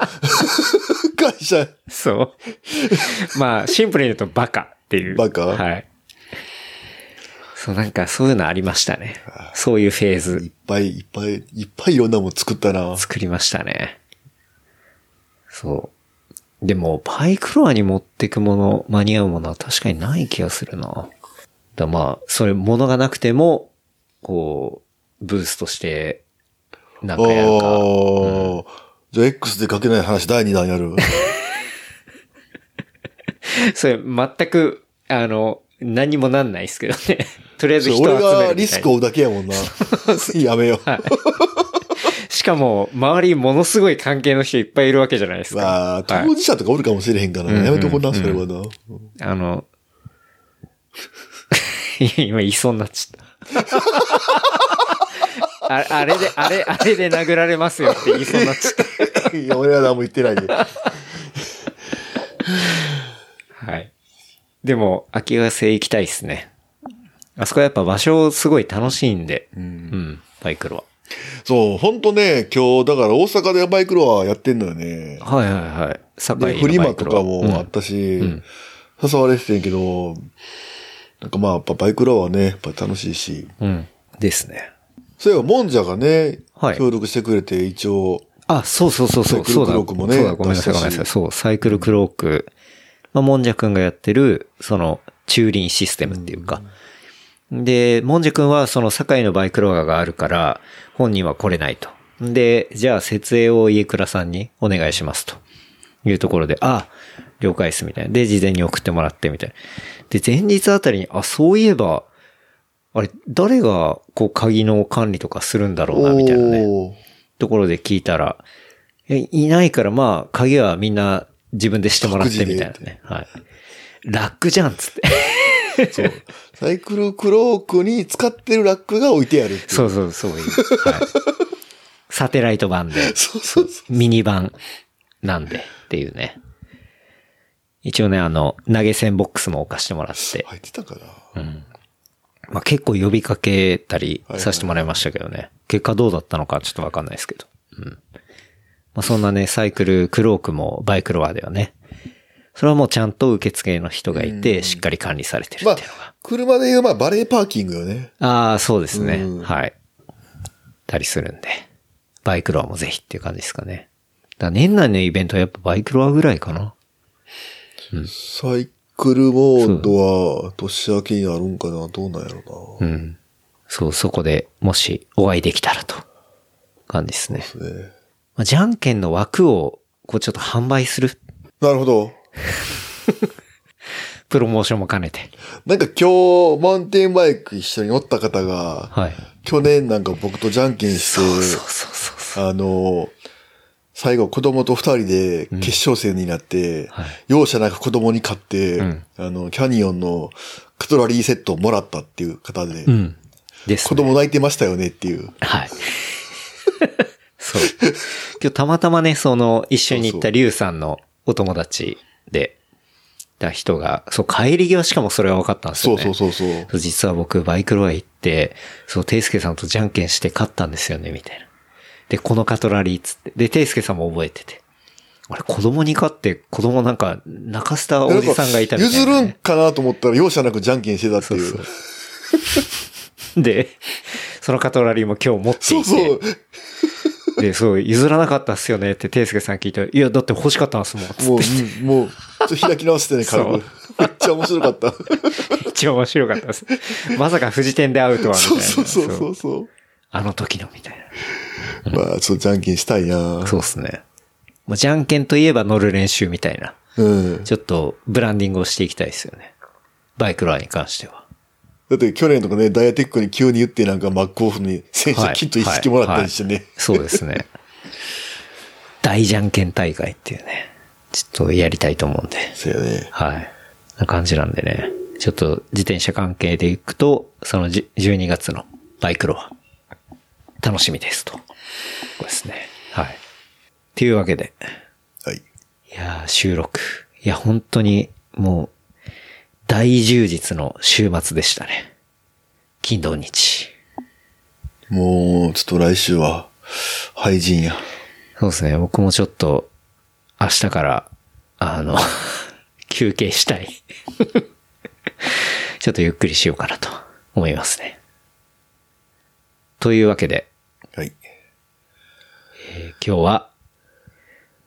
Speaker 3: 会社。
Speaker 2: そう。 <laughs> まあ、シンプルに言うとバカっていう。
Speaker 3: バカ
Speaker 2: はい。そう、なんかそういうのありましたね。そういうフェー
Speaker 3: い
Speaker 2: ズ
Speaker 3: っぱいいっぱいいっぱいいろんなもん作ったな。
Speaker 2: 作りましたね。そう。でも、パイクロアに持ってくもの、間に合うものは確かにない気がするな。だまあ、それ、ものがなくても、こう、ブースとして、なん
Speaker 3: お
Speaker 2: かやるか。
Speaker 3: ー、じゃあ X で書けない話第2弾やる。
Speaker 2: <laughs> それ、全く、あの、何もなんないですけどね。 <laughs> とりあえ
Speaker 3: そ
Speaker 2: ず <laughs>
Speaker 3: れ
Speaker 2: 人を集めるみ
Speaker 3: 俺
Speaker 2: たいな。
Speaker 3: がリスクを負うだけやもん
Speaker 2: <laughs>
Speaker 3: な。やめよう。
Speaker 2: しかも、周りものすごい関係の人いっぱいいるわけじゃないですか。
Speaker 3: まあ、
Speaker 2: はい
Speaker 3: 当事者とかおるかもしれへんからな、
Speaker 2: うん
Speaker 3: やめとこうな、それはな。
Speaker 2: あの、 <laughs> いや今言いそうになっちゃった。 <laughs> ああれで、あれ、あれで殴られますよって言いそうになっちゃっ
Speaker 3: <laughs> いや、俺は何も言って
Speaker 2: <laughs>
Speaker 3: ないで。
Speaker 2: た。はい。でも、秋ヶ瀬行きたいですね。あそこはやっぱ場所すごい楽しいんで。うん。バイクロ
Speaker 3: そう、ほんとね、今日、だから大阪でバイクロアやってんのよね。
Speaker 2: は。はいはいはい。
Speaker 3: で、
Speaker 2: 堺
Speaker 3: フリ
Speaker 2: のバ
Speaker 3: マ
Speaker 2: イク
Speaker 3: と
Speaker 2: ロ
Speaker 3: かもあったし、誘われててんけど、なんかまあ、やっぱバイクロアはね、やっぱ楽しいし。
Speaker 2: うん。うん。ですね。
Speaker 3: そういえば、もんじゃがね、
Speaker 2: はい
Speaker 3: 協力してくれて、一応、
Speaker 2: あ、そうそうそうそう。
Speaker 3: サイクルク
Speaker 2: そ
Speaker 3: ロ
Speaker 2: う
Speaker 3: ー
Speaker 2: だ
Speaker 3: クもね
Speaker 2: そうだ、ごめんなさい、ご
Speaker 3: 出し
Speaker 2: めんな
Speaker 3: たし
Speaker 2: さい。そう、サイクルクローク、まあ、もんじゃくんがやってる、その、駐輪システムっていうか。で、もんじゃくんはその堺のバイクロアがあるから、本人は来れないと。で、じゃあ設営を家倉さんにお願いしますと。いうところで、あ、了解ですみたいな。で、事前に送ってもらってみたいな。で、前日あたりに、あ、そういえば、あれ、誰が、こう、鍵の管理とかするんだろうな、みたいなね。
Speaker 3: おー
Speaker 2: ところで聞いたら、えいないからまあ、鍵はみんな自分でしてもらってみたいなね。はい。ラックじゃんっつって。
Speaker 3: サイクルクロークに使ってるラックが置いてあるってい
Speaker 2: <laughs>
Speaker 3: う
Speaker 2: そうそう、そういう。はい。サテライト版で、
Speaker 3: そうそうそ
Speaker 2: ミニ版なんでっていうね。一応ね、あの、投げ銭ボックスも置かしてもらって
Speaker 3: う。、入ってたかな、
Speaker 2: まあ結構呼びかけたりさせてもらいましたけどね。結果どうだったのかちょっとわかんないですけど。うん。まあそんなね、サイクル、クロークもバイクロアではね。それはもうちゃんと受付の人がいて、しっかり管理されてるっていう
Speaker 3: ま
Speaker 2: の
Speaker 3: あ
Speaker 2: が。、
Speaker 3: 車で言う、まあ、バレーパーキングよね。
Speaker 2: ああ、そうですね。
Speaker 3: うん
Speaker 2: はい。たりするんで。バイクロアもぜひっていう感じですかね。だから年内のイベントはやっぱバイクロアぐらいかな。
Speaker 3: サイクルモードは、年明けになるんかなどうなんやろ
Speaker 2: う
Speaker 3: うな。
Speaker 2: ん。そう、そこでもしお会いできたらと。感じですね。
Speaker 3: そうですね。
Speaker 2: まあ、じゃんけんの枠を、こうちょっと販売する
Speaker 3: なるほど。
Speaker 2: プロモーションも兼ねて。
Speaker 3: なんか今日、マウンテンバイク一緒に乗った方が、
Speaker 2: はい。
Speaker 3: 去年なんか僕とじゃんけんして、
Speaker 2: そうそうそうそうそう。
Speaker 3: あの、最後子供と二人で決勝戦になって、
Speaker 2: はい
Speaker 3: 容赦なく子供に勝って、
Speaker 2: うん
Speaker 3: あの、キャニオンのカトラリーセットをもらったっていう方で、
Speaker 2: うん。です、
Speaker 3: 子供泣いてましたよねっていう。
Speaker 2: はい。そう。今日たまたまね、その、一緒に行ったリュウさんのお友達で、だ人が、そう、帰り際しかもそれは分かったんですよ
Speaker 3: そう
Speaker 2: ね。
Speaker 3: そうそうそう。
Speaker 2: そう実は僕、バイクロア行って、そう、テイスケさんとじゃんけんして勝ったんですよね、みたいな。で、このカトラリーっつって。で、テイスケさんも覚えてて。あれ、子供に勝って、子供なんか、泣かせたおじさんがいたみたいな、ね。
Speaker 3: 譲るんかなと思ったら容赦なくじゃんけんしてたっていう。
Speaker 2: そう <laughs> で、そのカトラリーも今日持っていて。
Speaker 3: そうそう。
Speaker 2: で、そう、譲らなかったっすよねって、ていすけさん聞いて、いや、だって欲しかったんすもん。つ
Speaker 3: も
Speaker 2: っ
Speaker 3: う
Speaker 2: て、
Speaker 3: うんもう、ちょっと開き直してね、軽く
Speaker 2: そう。
Speaker 3: めっちゃ面白かった。
Speaker 2: めっちゃ面白かったです。まさか富士店で会うとは、みたい
Speaker 3: そう
Speaker 2: な。
Speaker 3: そうそう
Speaker 2: <laughs>
Speaker 3: そ
Speaker 2: そう
Speaker 3: うそう。
Speaker 2: あの時の、みたいな。
Speaker 3: まあ、ちょっとじゃんけんしたいな
Speaker 2: そうっすね。もうじゃんけんといえば乗る練習みたいな。
Speaker 3: うん。
Speaker 2: ちょっと、ブランディングをしていきたいですよね。バイクラーに関して
Speaker 3: <laughs>
Speaker 2: は。
Speaker 3: だって去年とかね、ダイアテックに急に言ってなんか真っ向に選手キット一式もらったりしてね。
Speaker 2: はいはいそうですね。大じゃんけん大会っていうね。ちょっとやりたいと思うんで。
Speaker 3: そうやね。
Speaker 2: はい。な感じなんでね。ちょっと自転車関係で行くと、そのじ12月のバイクロは楽しみですと。ここですね。はい。というわけで、
Speaker 3: はい。
Speaker 2: いやー収録。いや、本当にもう、大充実の週末でしたね。金土日。
Speaker 3: もう、ちょっと来週は、廃人や。
Speaker 2: そうですね。僕もちょっと、明日から、あの、 <laughs> 休憩したい。 <laughs> ちょっとゆっくりしようかなと思いますね。というわけで、
Speaker 3: はい。
Speaker 2: えー今日は、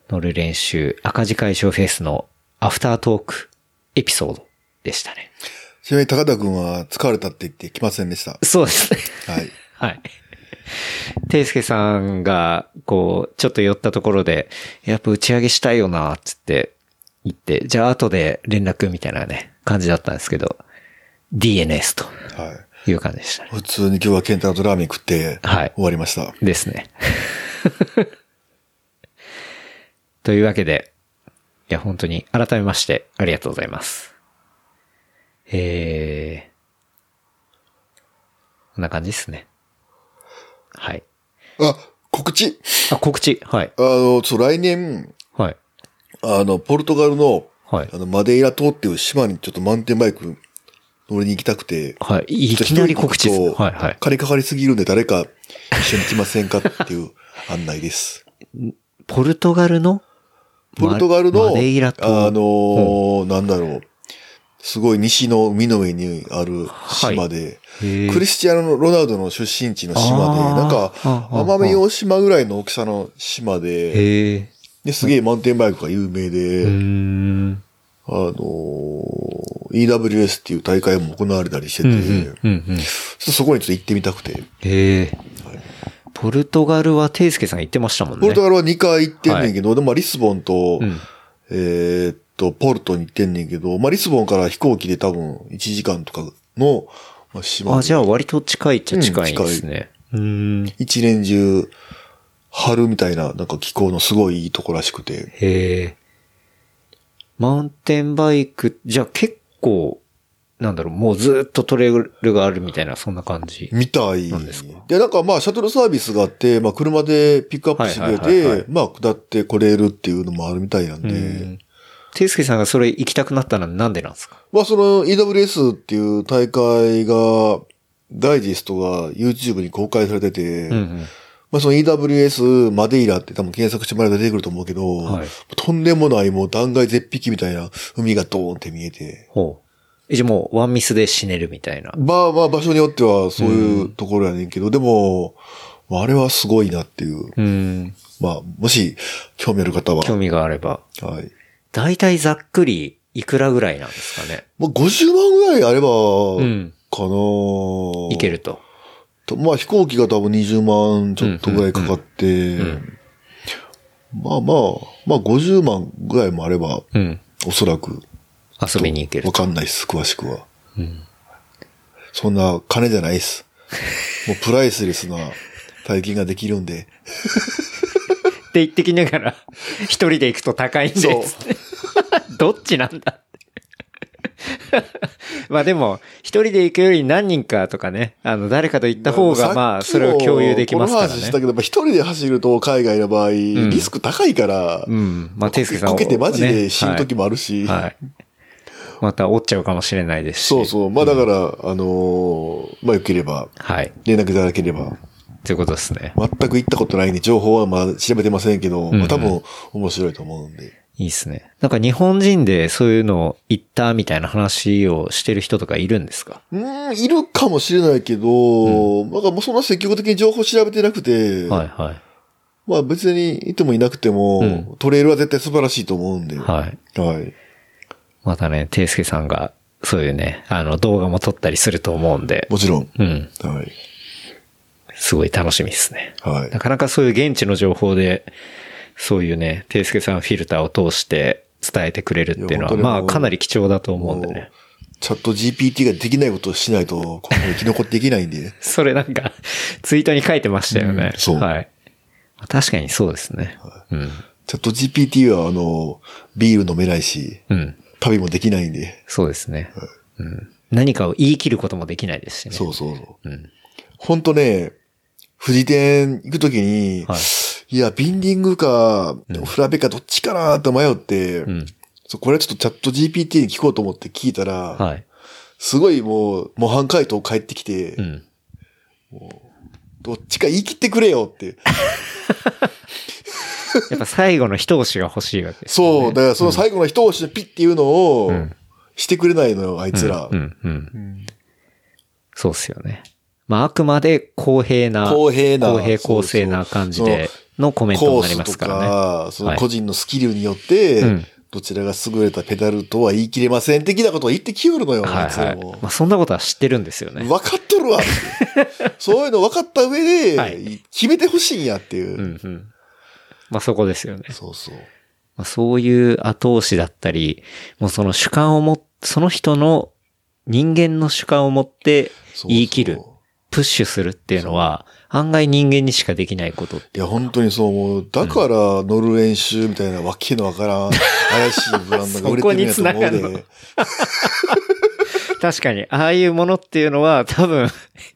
Speaker 2: 乗る練習赤字解消フェスのアフタートークエピソードでしたね。
Speaker 3: ちなみに高田くんは疲れたって言って来ませんでした。
Speaker 2: そうですね。
Speaker 3: は
Speaker 2: は
Speaker 3: い。
Speaker 2: い。ていすけさんが、こう、ちょっと寄ったところで、やっぱ打ち上げしたいよな、つって言って、じゃあ後で連絡みたいなね、感じだったんですけど、DNS と
Speaker 3: はい。
Speaker 2: いう感じでしたね。
Speaker 3: 普通に今日はケンタとラーメン食って、
Speaker 2: はい
Speaker 3: 終わりました。
Speaker 2: ですね。 <laughs> というわけで、いや、本当に改めましてありがとうございます。えー、こんな感じですね。はい。
Speaker 3: あ、告知
Speaker 2: あ、告知。はい。
Speaker 3: あの、ちょっと来年、
Speaker 2: はい。
Speaker 3: あの、ポルトガルの、
Speaker 2: はい
Speaker 3: あ。の、マデイラ島っていう島にちょっとマウンテンバイク乗りに行きたくて、
Speaker 2: はい。いきなり告知ですね。
Speaker 3: ちょっと
Speaker 2: はいはい。
Speaker 3: 金かかりすぎるんで誰か一緒に来ませんかっ
Speaker 2: <laughs>
Speaker 3: ていう案内です。
Speaker 2: ポルトガルの
Speaker 3: ポルトガルの、
Speaker 2: ママデイラ島
Speaker 3: あのーなんだろう、すごい西の海の上にある島で、
Speaker 2: へー
Speaker 3: クリスチアーノ・ロナウドの出身地の
Speaker 2: あ
Speaker 3: 島で、
Speaker 2: ー
Speaker 3: なんか
Speaker 2: あ、あ
Speaker 3: 奄美大島ぐらいの大きさの島で、
Speaker 2: へえ。
Speaker 3: ですげえマウンテンバイクが有名
Speaker 2: うー
Speaker 3: で、
Speaker 2: ん。
Speaker 3: あのー EWS っていう大会も行われたりしてて、ちょっ
Speaker 2: うんうん。
Speaker 3: とそこにちょっと行ってみたくて。
Speaker 2: へえ。ポルトガルはテイスケさんが言ってましたもんね。
Speaker 3: ポルトガルは2回行ってんねんけど、でもまあリスボンと、
Speaker 2: うん
Speaker 3: えーっと、ポルトに行ってんねんけど、まあリスボンから飛行機で多分1時間とかの、まあ、島で
Speaker 2: あ、じゃあ割と近いっちゃ近いですね。うん。
Speaker 3: 一年中、春みたいな、なんか気候のすごいいいとこらしくて。
Speaker 2: へえ。マウンテンバイク、じゃあ結構、なんだろう、もうずっとトレイルがあるみたいな、そんな感じ。
Speaker 3: みたい。
Speaker 2: なんですか
Speaker 3: で、なんかまあ、シャトルサービスがあって、まあ、車でピックアップしてくれ
Speaker 2: はいはいはいは
Speaker 3: て
Speaker 2: い、
Speaker 3: まあ、下って来れるっていうのもあるみたいなんで、
Speaker 2: うん。テイスケさんがそれ行きたくなったのはなんでなんですか
Speaker 3: まあ、その EWS っていう大会が、ダイジェストが YouTube に公開されてて、
Speaker 2: うん
Speaker 3: まあ、その EWS マデイラって多分検索してもらえば出てくると思うけど、
Speaker 2: はい
Speaker 3: とんでもないもう断崖絶壁みたいな海がドーンって見えて、
Speaker 2: ほう。えじゃあもうワンミスで死ねるみたいな。
Speaker 3: まあまあ場所によってはそういうところやねんけど、でも、まああれはすごいなっていう。
Speaker 2: うん。
Speaker 3: まあ、もし、興味ある方は。
Speaker 2: 興味があれば。
Speaker 3: はい。
Speaker 2: だいたいざっくりいくらぐらいなんですかね。
Speaker 3: まあ、50万ぐらいあれば、
Speaker 2: うん。
Speaker 3: かなぁ
Speaker 2: いけると。
Speaker 3: と。まあ、飛行機が多分20万ちょっとぐらいかかって、まあまあ、まあ50万ぐらいもあれば、
Speaker 2: うん。
Speaker 3: おそらく、
Speaker 2: 遊びに行ける
Speaker 3: わ
Speaker 2: と。
Speaker 3: かんないっす、詳しくは。そんな金じゃないっす。もうプライスレスな体験ができるんで。
Speaker 2: って言ってきながら、 <laughs> 一人で行くと高いん
Speaker 3: そう
Speaker 2: です。 <laughs> どっちなんだ <laughs> まあでも、一人で行くより何人かとかね、あの、誰かと行った方が、まあ、それを共有できますから
Speaker 3: この話した
Speaker 2: ね。
Speaker 3: けど、やっぱ一人で走ると海外の場合、リスク高いから、
Speaker 2: うん。まあ、ていすけさん
Speaker 3: こけてマジで死ぬ時
Speaker 2: も、
Speaker 3: もあるし、
Speaker 2: はい。はいまた折っちゃうかもしれないですし。
Speaker 3: そうそう。まあだから、あのーまあよければ、
Speaker 2: はい。
Speaker 3: 連絡いただければ、
Speaker 2: ということですね。
Speaker 3: 全く行ったことないんで、情報はまあ調べてませんけど、
Speaker 2: ん
Speaker 3: まあ多分面白いと思うんで。
Speaker 2: いいですね。なんか日本人でそういうのを行ったみたいな話をしてる人とかいるんですか
Speaker 3: うーん、いるかもしれないけど、なんかもうそんな積極的に情報調べてなくて、
Speaker 2: はいはい。
Speaker 3: まあ別にいてもいなくても、
Speaker 2: うん
Speaker 3: トレイルは絶対素晴らしいと思うんで、
Speaker 2: はい。
Speaker 3: はい。
Speaker 2: またね、ていすけさんが、そういうね、あの、動画も撮ったりすると思うんで、
Speaker 3: もちろん。
Speaker 2: うん、
Speaker 3: はい。
Speaker 2: すごい楽しみですね。
Speaker 3: はい
Speaker 2: な。かなかそういう現地の情報で、そういうね、ていすけさんフィルターを通して伝えてくれるっていうのは、
Speaker 3: いや本当に
Speaker 2: まあ、
Speaker 3: もう
Speaker 2: かなり貴重だと思うんで
Speaker 3: も
Speaker 2: ね。
Speaker 3: う。チャット GPT ができないことをしないと、この生き残っていけないんで
Speaker 2: それなんか、ツイートに書いてましたよね。
Speaker 3: うんそう
Speaker 2: はい。確かにそうですね。うん。
Speaker 3: チャット GPT は、あの、ビール飲めないし、
Speaker 2: うん。
Speaker 3: 旅もできないんで。
Speaker 2: そうですね。うん。何かを言い切ることもできないですしね。
Speaker 3: そうそうそう。
Speaker 2: うん
Speaker 3: ほんとね、富士店行くときに、
Speaker 2: はい
Speaker 3: い、や、ビンディングか、フラペかどっちかなと迷って、
Speaker 2: ん
Speaker 3: そうこれはちょっとチャット GPT に聞こうと思って聞いたら、
Speaker 2: はい。
Speaker 3: すごいもう模範解答返ってきて、
Speaker 2: うん。
Speaker 3: <laughs> どっちか言い切ってくれよって。
Speaker 2: やっぱ最後の一押しが欲しいわけですよね。
Speaker 3: そう、だからその最後の一押しのピッっていうのを
Speaker 2: ん
Speaker 3: してくれないのよ、あいつら。
Speaker 2: うん、うん。そうっすよね。まあ、あくまで公平な、
Speaker 3: 公平な
Speaker 2: 公平公正な感じで
Speaker 3: そう
Speaker 2: のコメントに
Speaker 3: コー
Speaker 2: なりま
Speaker 3: ス
Speaker 2: す
Speaker 3: と
Speaker 2: からね。
Speaker 3: か、その個人のスキルによって、
Speaker 2: うん
Speaker 3: どちらが優れたペダルとは言い切れません的なことを言ってきよるのよ、
Speaker 2: はい
Speaker 3: あいつ
Speaker 2: は
Speaker 3: ら
Speaker 2: い。
Speaker 3: も
Speaker 2: ま。あ、そんなことは知ってるんですよね
Speaker 3: 分。かっとる
Speaker 2: <laughs>
Speaker 3: わって。そういうの分かった上で、
Speaker 2: はい
Speaker 3: 決めてほしいんやっていうう。
Speaker 2: んうん。まあ、そこですよね。
Speaker 3: そうそう。
Speaker 2: まあ、そういう後押しだったり、もうその主観をも、その人の人間の主観を持って
Speaker 3: そう
Speaker 2: 言い切る
Speaker 3: そう、
Speaker 2: プッシュするっていうのは、案外人間にしかできないこと。
Speaker 3: いや、本当にそう思う。だから乗る練習みたいなわけのわからん怪しいブランドが売
Speaker 2: <laughs> そ
Speaker 3: れてるんやと思う
Speaker 2: こに繋がんの
Speaker 3: で。
Speaker 2: 確かに、ああいうものっていうのは多分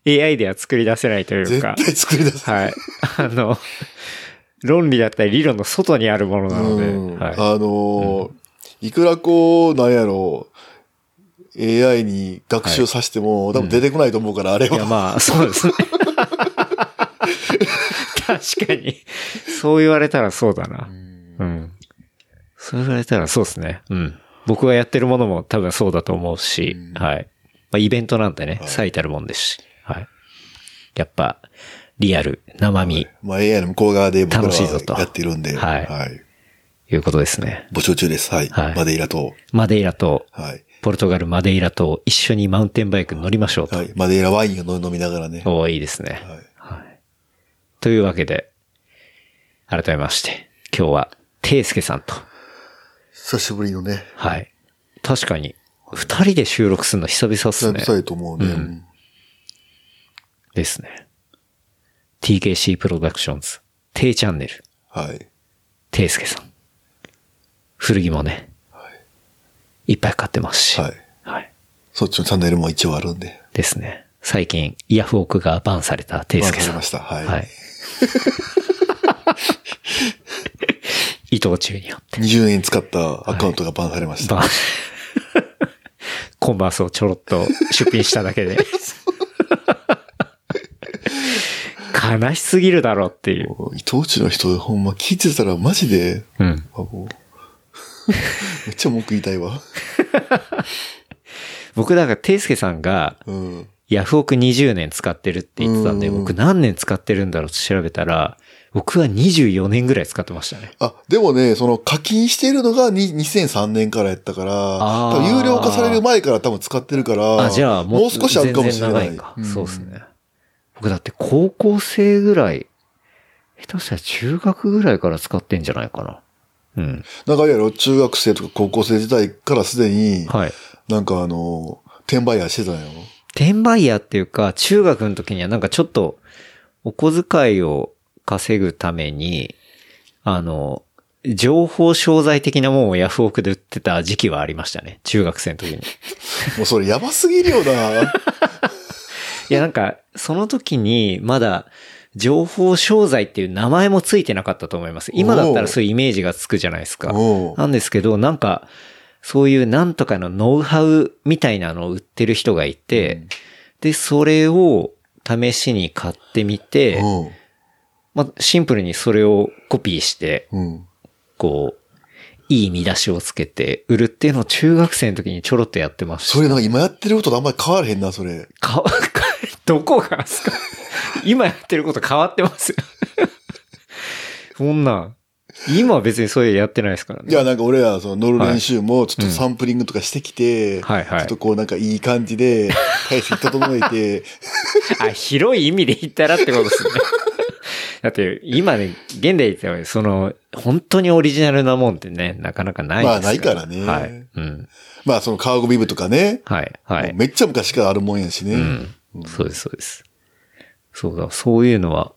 Speaker 2: AI では作り出せないという
Speaker 3: 絶
Speaker 2: か
Speaker 3: 対。作り出す。
Speaker 2: はい。あの、論理だったり理論の外にあるものなので、
Speaker 3: うん
Speaker 2: はい
Speaker 3: あのーいくらこう、なんやろう、AI に学習させても、多分出てこないと思うから、あれ
Speaker 2: いや、
Speaker 3: は。
Speaker 2: まあ、そうですね。確かに。そう言われたらそうだな。うん。そう言われたらそうですね。うん。僕がやってるものも多分そうだと思うし、はい。まあ、イベントなんてね、最たるもんですし、はい。やっぱ、リアル、生身、
Speaker 3: <laughs> まあ AI の向こう側で僕ら
Speaker 2: 楽しいぞと
Speaker 3: はやってるんで。
Speaker 2: はい
Speaker 3: はい。
Speaker 2: いうことですね。
Speaker 3: 募集中です。はい。
Speaker 2: はい
Speaker 3: マデイラ島。
Speaker 2: マデイラと、
Speaker 3: はい。
Speaker 2: ポルトガルマデイラと一緒にマウンテンバイクに乗りましょうと。
Speaker 3: はい。マデイラワインを飲みながらね。
Speaker 2: おーいいですね。
Speaker 3: はい。
Speaker 2: はい。というわけで、改めまして、今日は、ていすけさんと、
Speaker 3: 久しぶりのね。
Speaker 2: はい。確かに、二人で収録するの久々っす
Speaker 3: 久
Speaker 2: ね。
Speaker 3: 々やと思うね。
Speaker 2: うん
Speaker 3: うん
Speaker 2: ですね。TKC プロダクションズ、ていチャンネル、
Speaker 3: はい。
Speaker 2: ていすけさん。古着もね、いっぱい買ってますし。
Speaker 3: はい。
Speaker 2: はい。
Speaker 3: そっちのチャンネルも一応あるんで。
Speaker 2: ですね。最近、イヤフオクがバンされたていすけさ
Speaker 3: わかり
Speaker 2: ん
Speaker 3: ま。した。はい。
Speaker 2: はい。
Speaker 3: <laughs>
Speaker 2: <laughs> 伊藤中によって。
Speaker 3: 20年使ったアカウントがバンされました。
Speaker 2: バン <laughs> コンバースをちょろっと出品しただけ
Speaker 3: <laughs>
Speaker 2: で。悲しすぎるだろうっていう。
Speaker 3: 伊藤地の人、ほんま聞いてたらマジで、
Speaker 2: うん。
Speaker 3: あ
Speaker 2: <laughs>
Speaker 3: もうめっちゃ文句言いたいわ。
Speaker 2: 僕だから、ていすけさんが、
Speaker 3: うん。
Speaker 2: ヤフオク20年使ってるって言ってたんで、
Speaker 3: うん
Speaker 2: 僕何年使ってるんだろうと調べたら、僕は24年ぐらい使ってましたね。
Speaker 3: あ、でもね、その課金してるのがに2003年からやったから、
Speaker 2: あー
Speaker 3: 多分有料化される前から多分使ってるから、
Speaker 2: あ、じゃあもう、
Speaker 3: う少しあるかもしれない。
Speaker 2: 全然長いか
Speaker 3: ん
Speaker 2: そうですね。僕だって高校生ぐらい、下手したら中学ぐらいから使ってんじゃないかな。うん。
Speaker 3: なんかあれやろ、中学生とか高校生時代からすでに、
Speaker 2: はい。
Speaker 3: なんかあの、転売屋してたんやろ。
Speaker 2: 転売ヤーっていうか、中学の時にはなんかちょっと、お小遣いを稼ぐために、あの、情報商材的なもんをヤフオクで売ってた時期はありましたね。中学生の時に。
Speaker 3: もうそれやばすぎる
Speaker 2: <laughs>
Speaker 3: よな。
Speaker 2: いや、なんか、その時に、まだ、情報商材っていう名前もついてなかったと思います。今だったらそういうイメージがつくじゃないですか。
Speaker 3: おう
Speaker 2: なんですけど、なんか、そういうなんとかのノウハウみたいなのを売ってる人がいて、で、それを試しに買ってみて、
Speaker 3: うん。
Speaker 2: まあ、シンプルにそれをコピーして、
Speaker 3: うん。
Speaker 2: こう、いい見出しをつけて売るっていうのを中学生の時にちょろっとやってました。
Speaker 3: それなんか今やってることとあんまり変わらへんな、それ。
Speaker 2: か、 <laughs> かどこがですか <laughs> 今やってること変わって
Speaker 3: <laughs>
Speaker 2: ますよ。そんなん。今は別にそういうやってないですからね。
Speaker 3: いや、なんか俺らその乗る練習もちょっとサンプリングとかしてきて、
Speaker 2: はいはい
Speaker 3: ちょっとこうなんかいい感じで、体勢整え
Speaker 2: <laughs>
Speaker 3: て、
Speaker 2: あ、広い意味で言ったらってことです
Speaker 3: <laughs>
Speaker 2: ね。だって、今ね、現代で言ったら、その、本当にオリジナルなもんってね、なかなかないです
Speaker 3: まあないからね
Speaker 2: はい。うん。
Speaker 3: まあそのカーゴビブとかね、
Speaker 2: はい。はい。
Speaker 3: めっちゃ昔からあるもんやしね。
Speaker 2: うん。そうです、そうです。そうだ、そういうのは、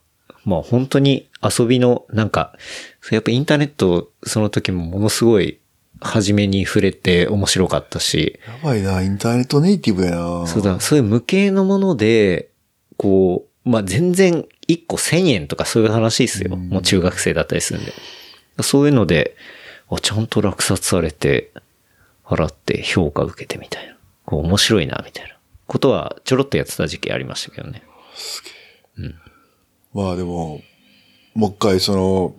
Speaker 2: まあ本当に遊びの、なんか、そうやっぱインターネット、その時もものすごい、初めに触れて面白かったし、
Speaker 3: やばいな、インターネットネイティブやな。
Speaker 2: そうだ、そういう無形のもので、こう、まあ全然1個1000円とかそういう話ですよ。もう中学生だったりするんで。そういうので、あちゃんと落札されて、払って評価受けてみたいな。こう面白いな、みたいな。ことはちょろっとやってた時期ありましたけどね。
Speaker 3: まあでも、もう一回その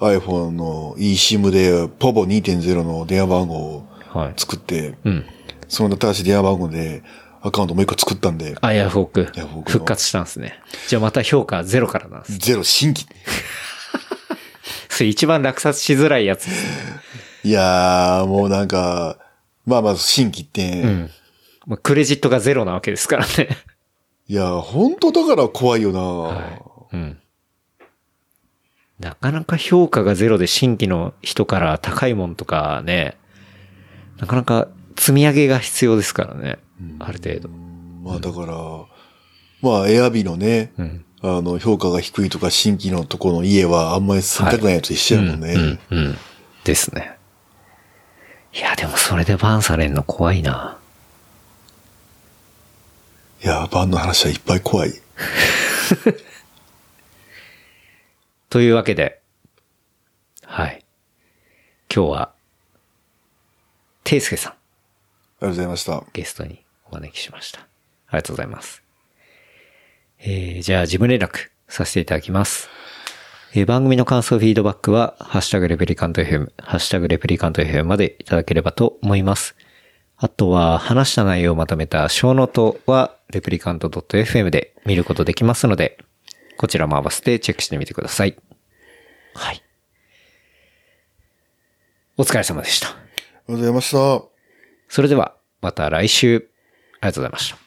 Speaker 3: iPhone の eSIM で POVO2.0 の電話番号を
Speaker 2: はい。
Speaker 3: 作って、
Speaker 2: うん。
Speaker 3: その新しい電話番号でアカウントもう一個作ったんで、
Speaker 2: あ、ヤフオク
Speaker 3: ヤフオ。クの
Speaker 2: 復活したんですね。じゃあまた評価ゼロからなんです。
Speaker 3: ゼロ新規。
Speaker 2: それ一番落札しづらいやつですね。
Speaker 3: いやー、もうなんか、まあまあ新規って、
Speaker 2: うん。まあ、クレジットがゼロなわけですからね。
Speaker 3: いやー、本当だから怖いよな、
Speaker 2: はい。うん。なかなか評価がゼロで新規の人から高いもんとかね、なかなか積み上げが必要ですからね。ある程度。
Speaker 3: まあだから、まあエアビーのね、
Speaker 2: うん。
Speaker 3: あの、評価が低いとか新規のところの家はあんまり住みたくないやつと一緒やもんね。
Speaker 2: うん、うん。ですね。いや、でもそれでバンされんの怖いな。
Speaker 3: いやー、バンの話はいっぱい怖い。
Speaker 2: というわけで、はい。今日は、ていすけさん、
Speaker 3: ありがとうございました。
Speaker 2: ゲストにお招きしました。ありがとうございます。えー、じゃあ自分連絡させていただきます。えー番組の感想、フィードバックは、ハッシュタグレプリカント FM、ハッシュタグレプリカント FM までいただければと思います。あとは、話した内容をまとめた小ノートは、レプリカント .fm で見ることできますので、こちらも合わせてチェックしてみてください。はい。お疲れ様でした。
Speaker 3: りがとうございました。
Speaker 2: それでは、また来週、ありがとうございました。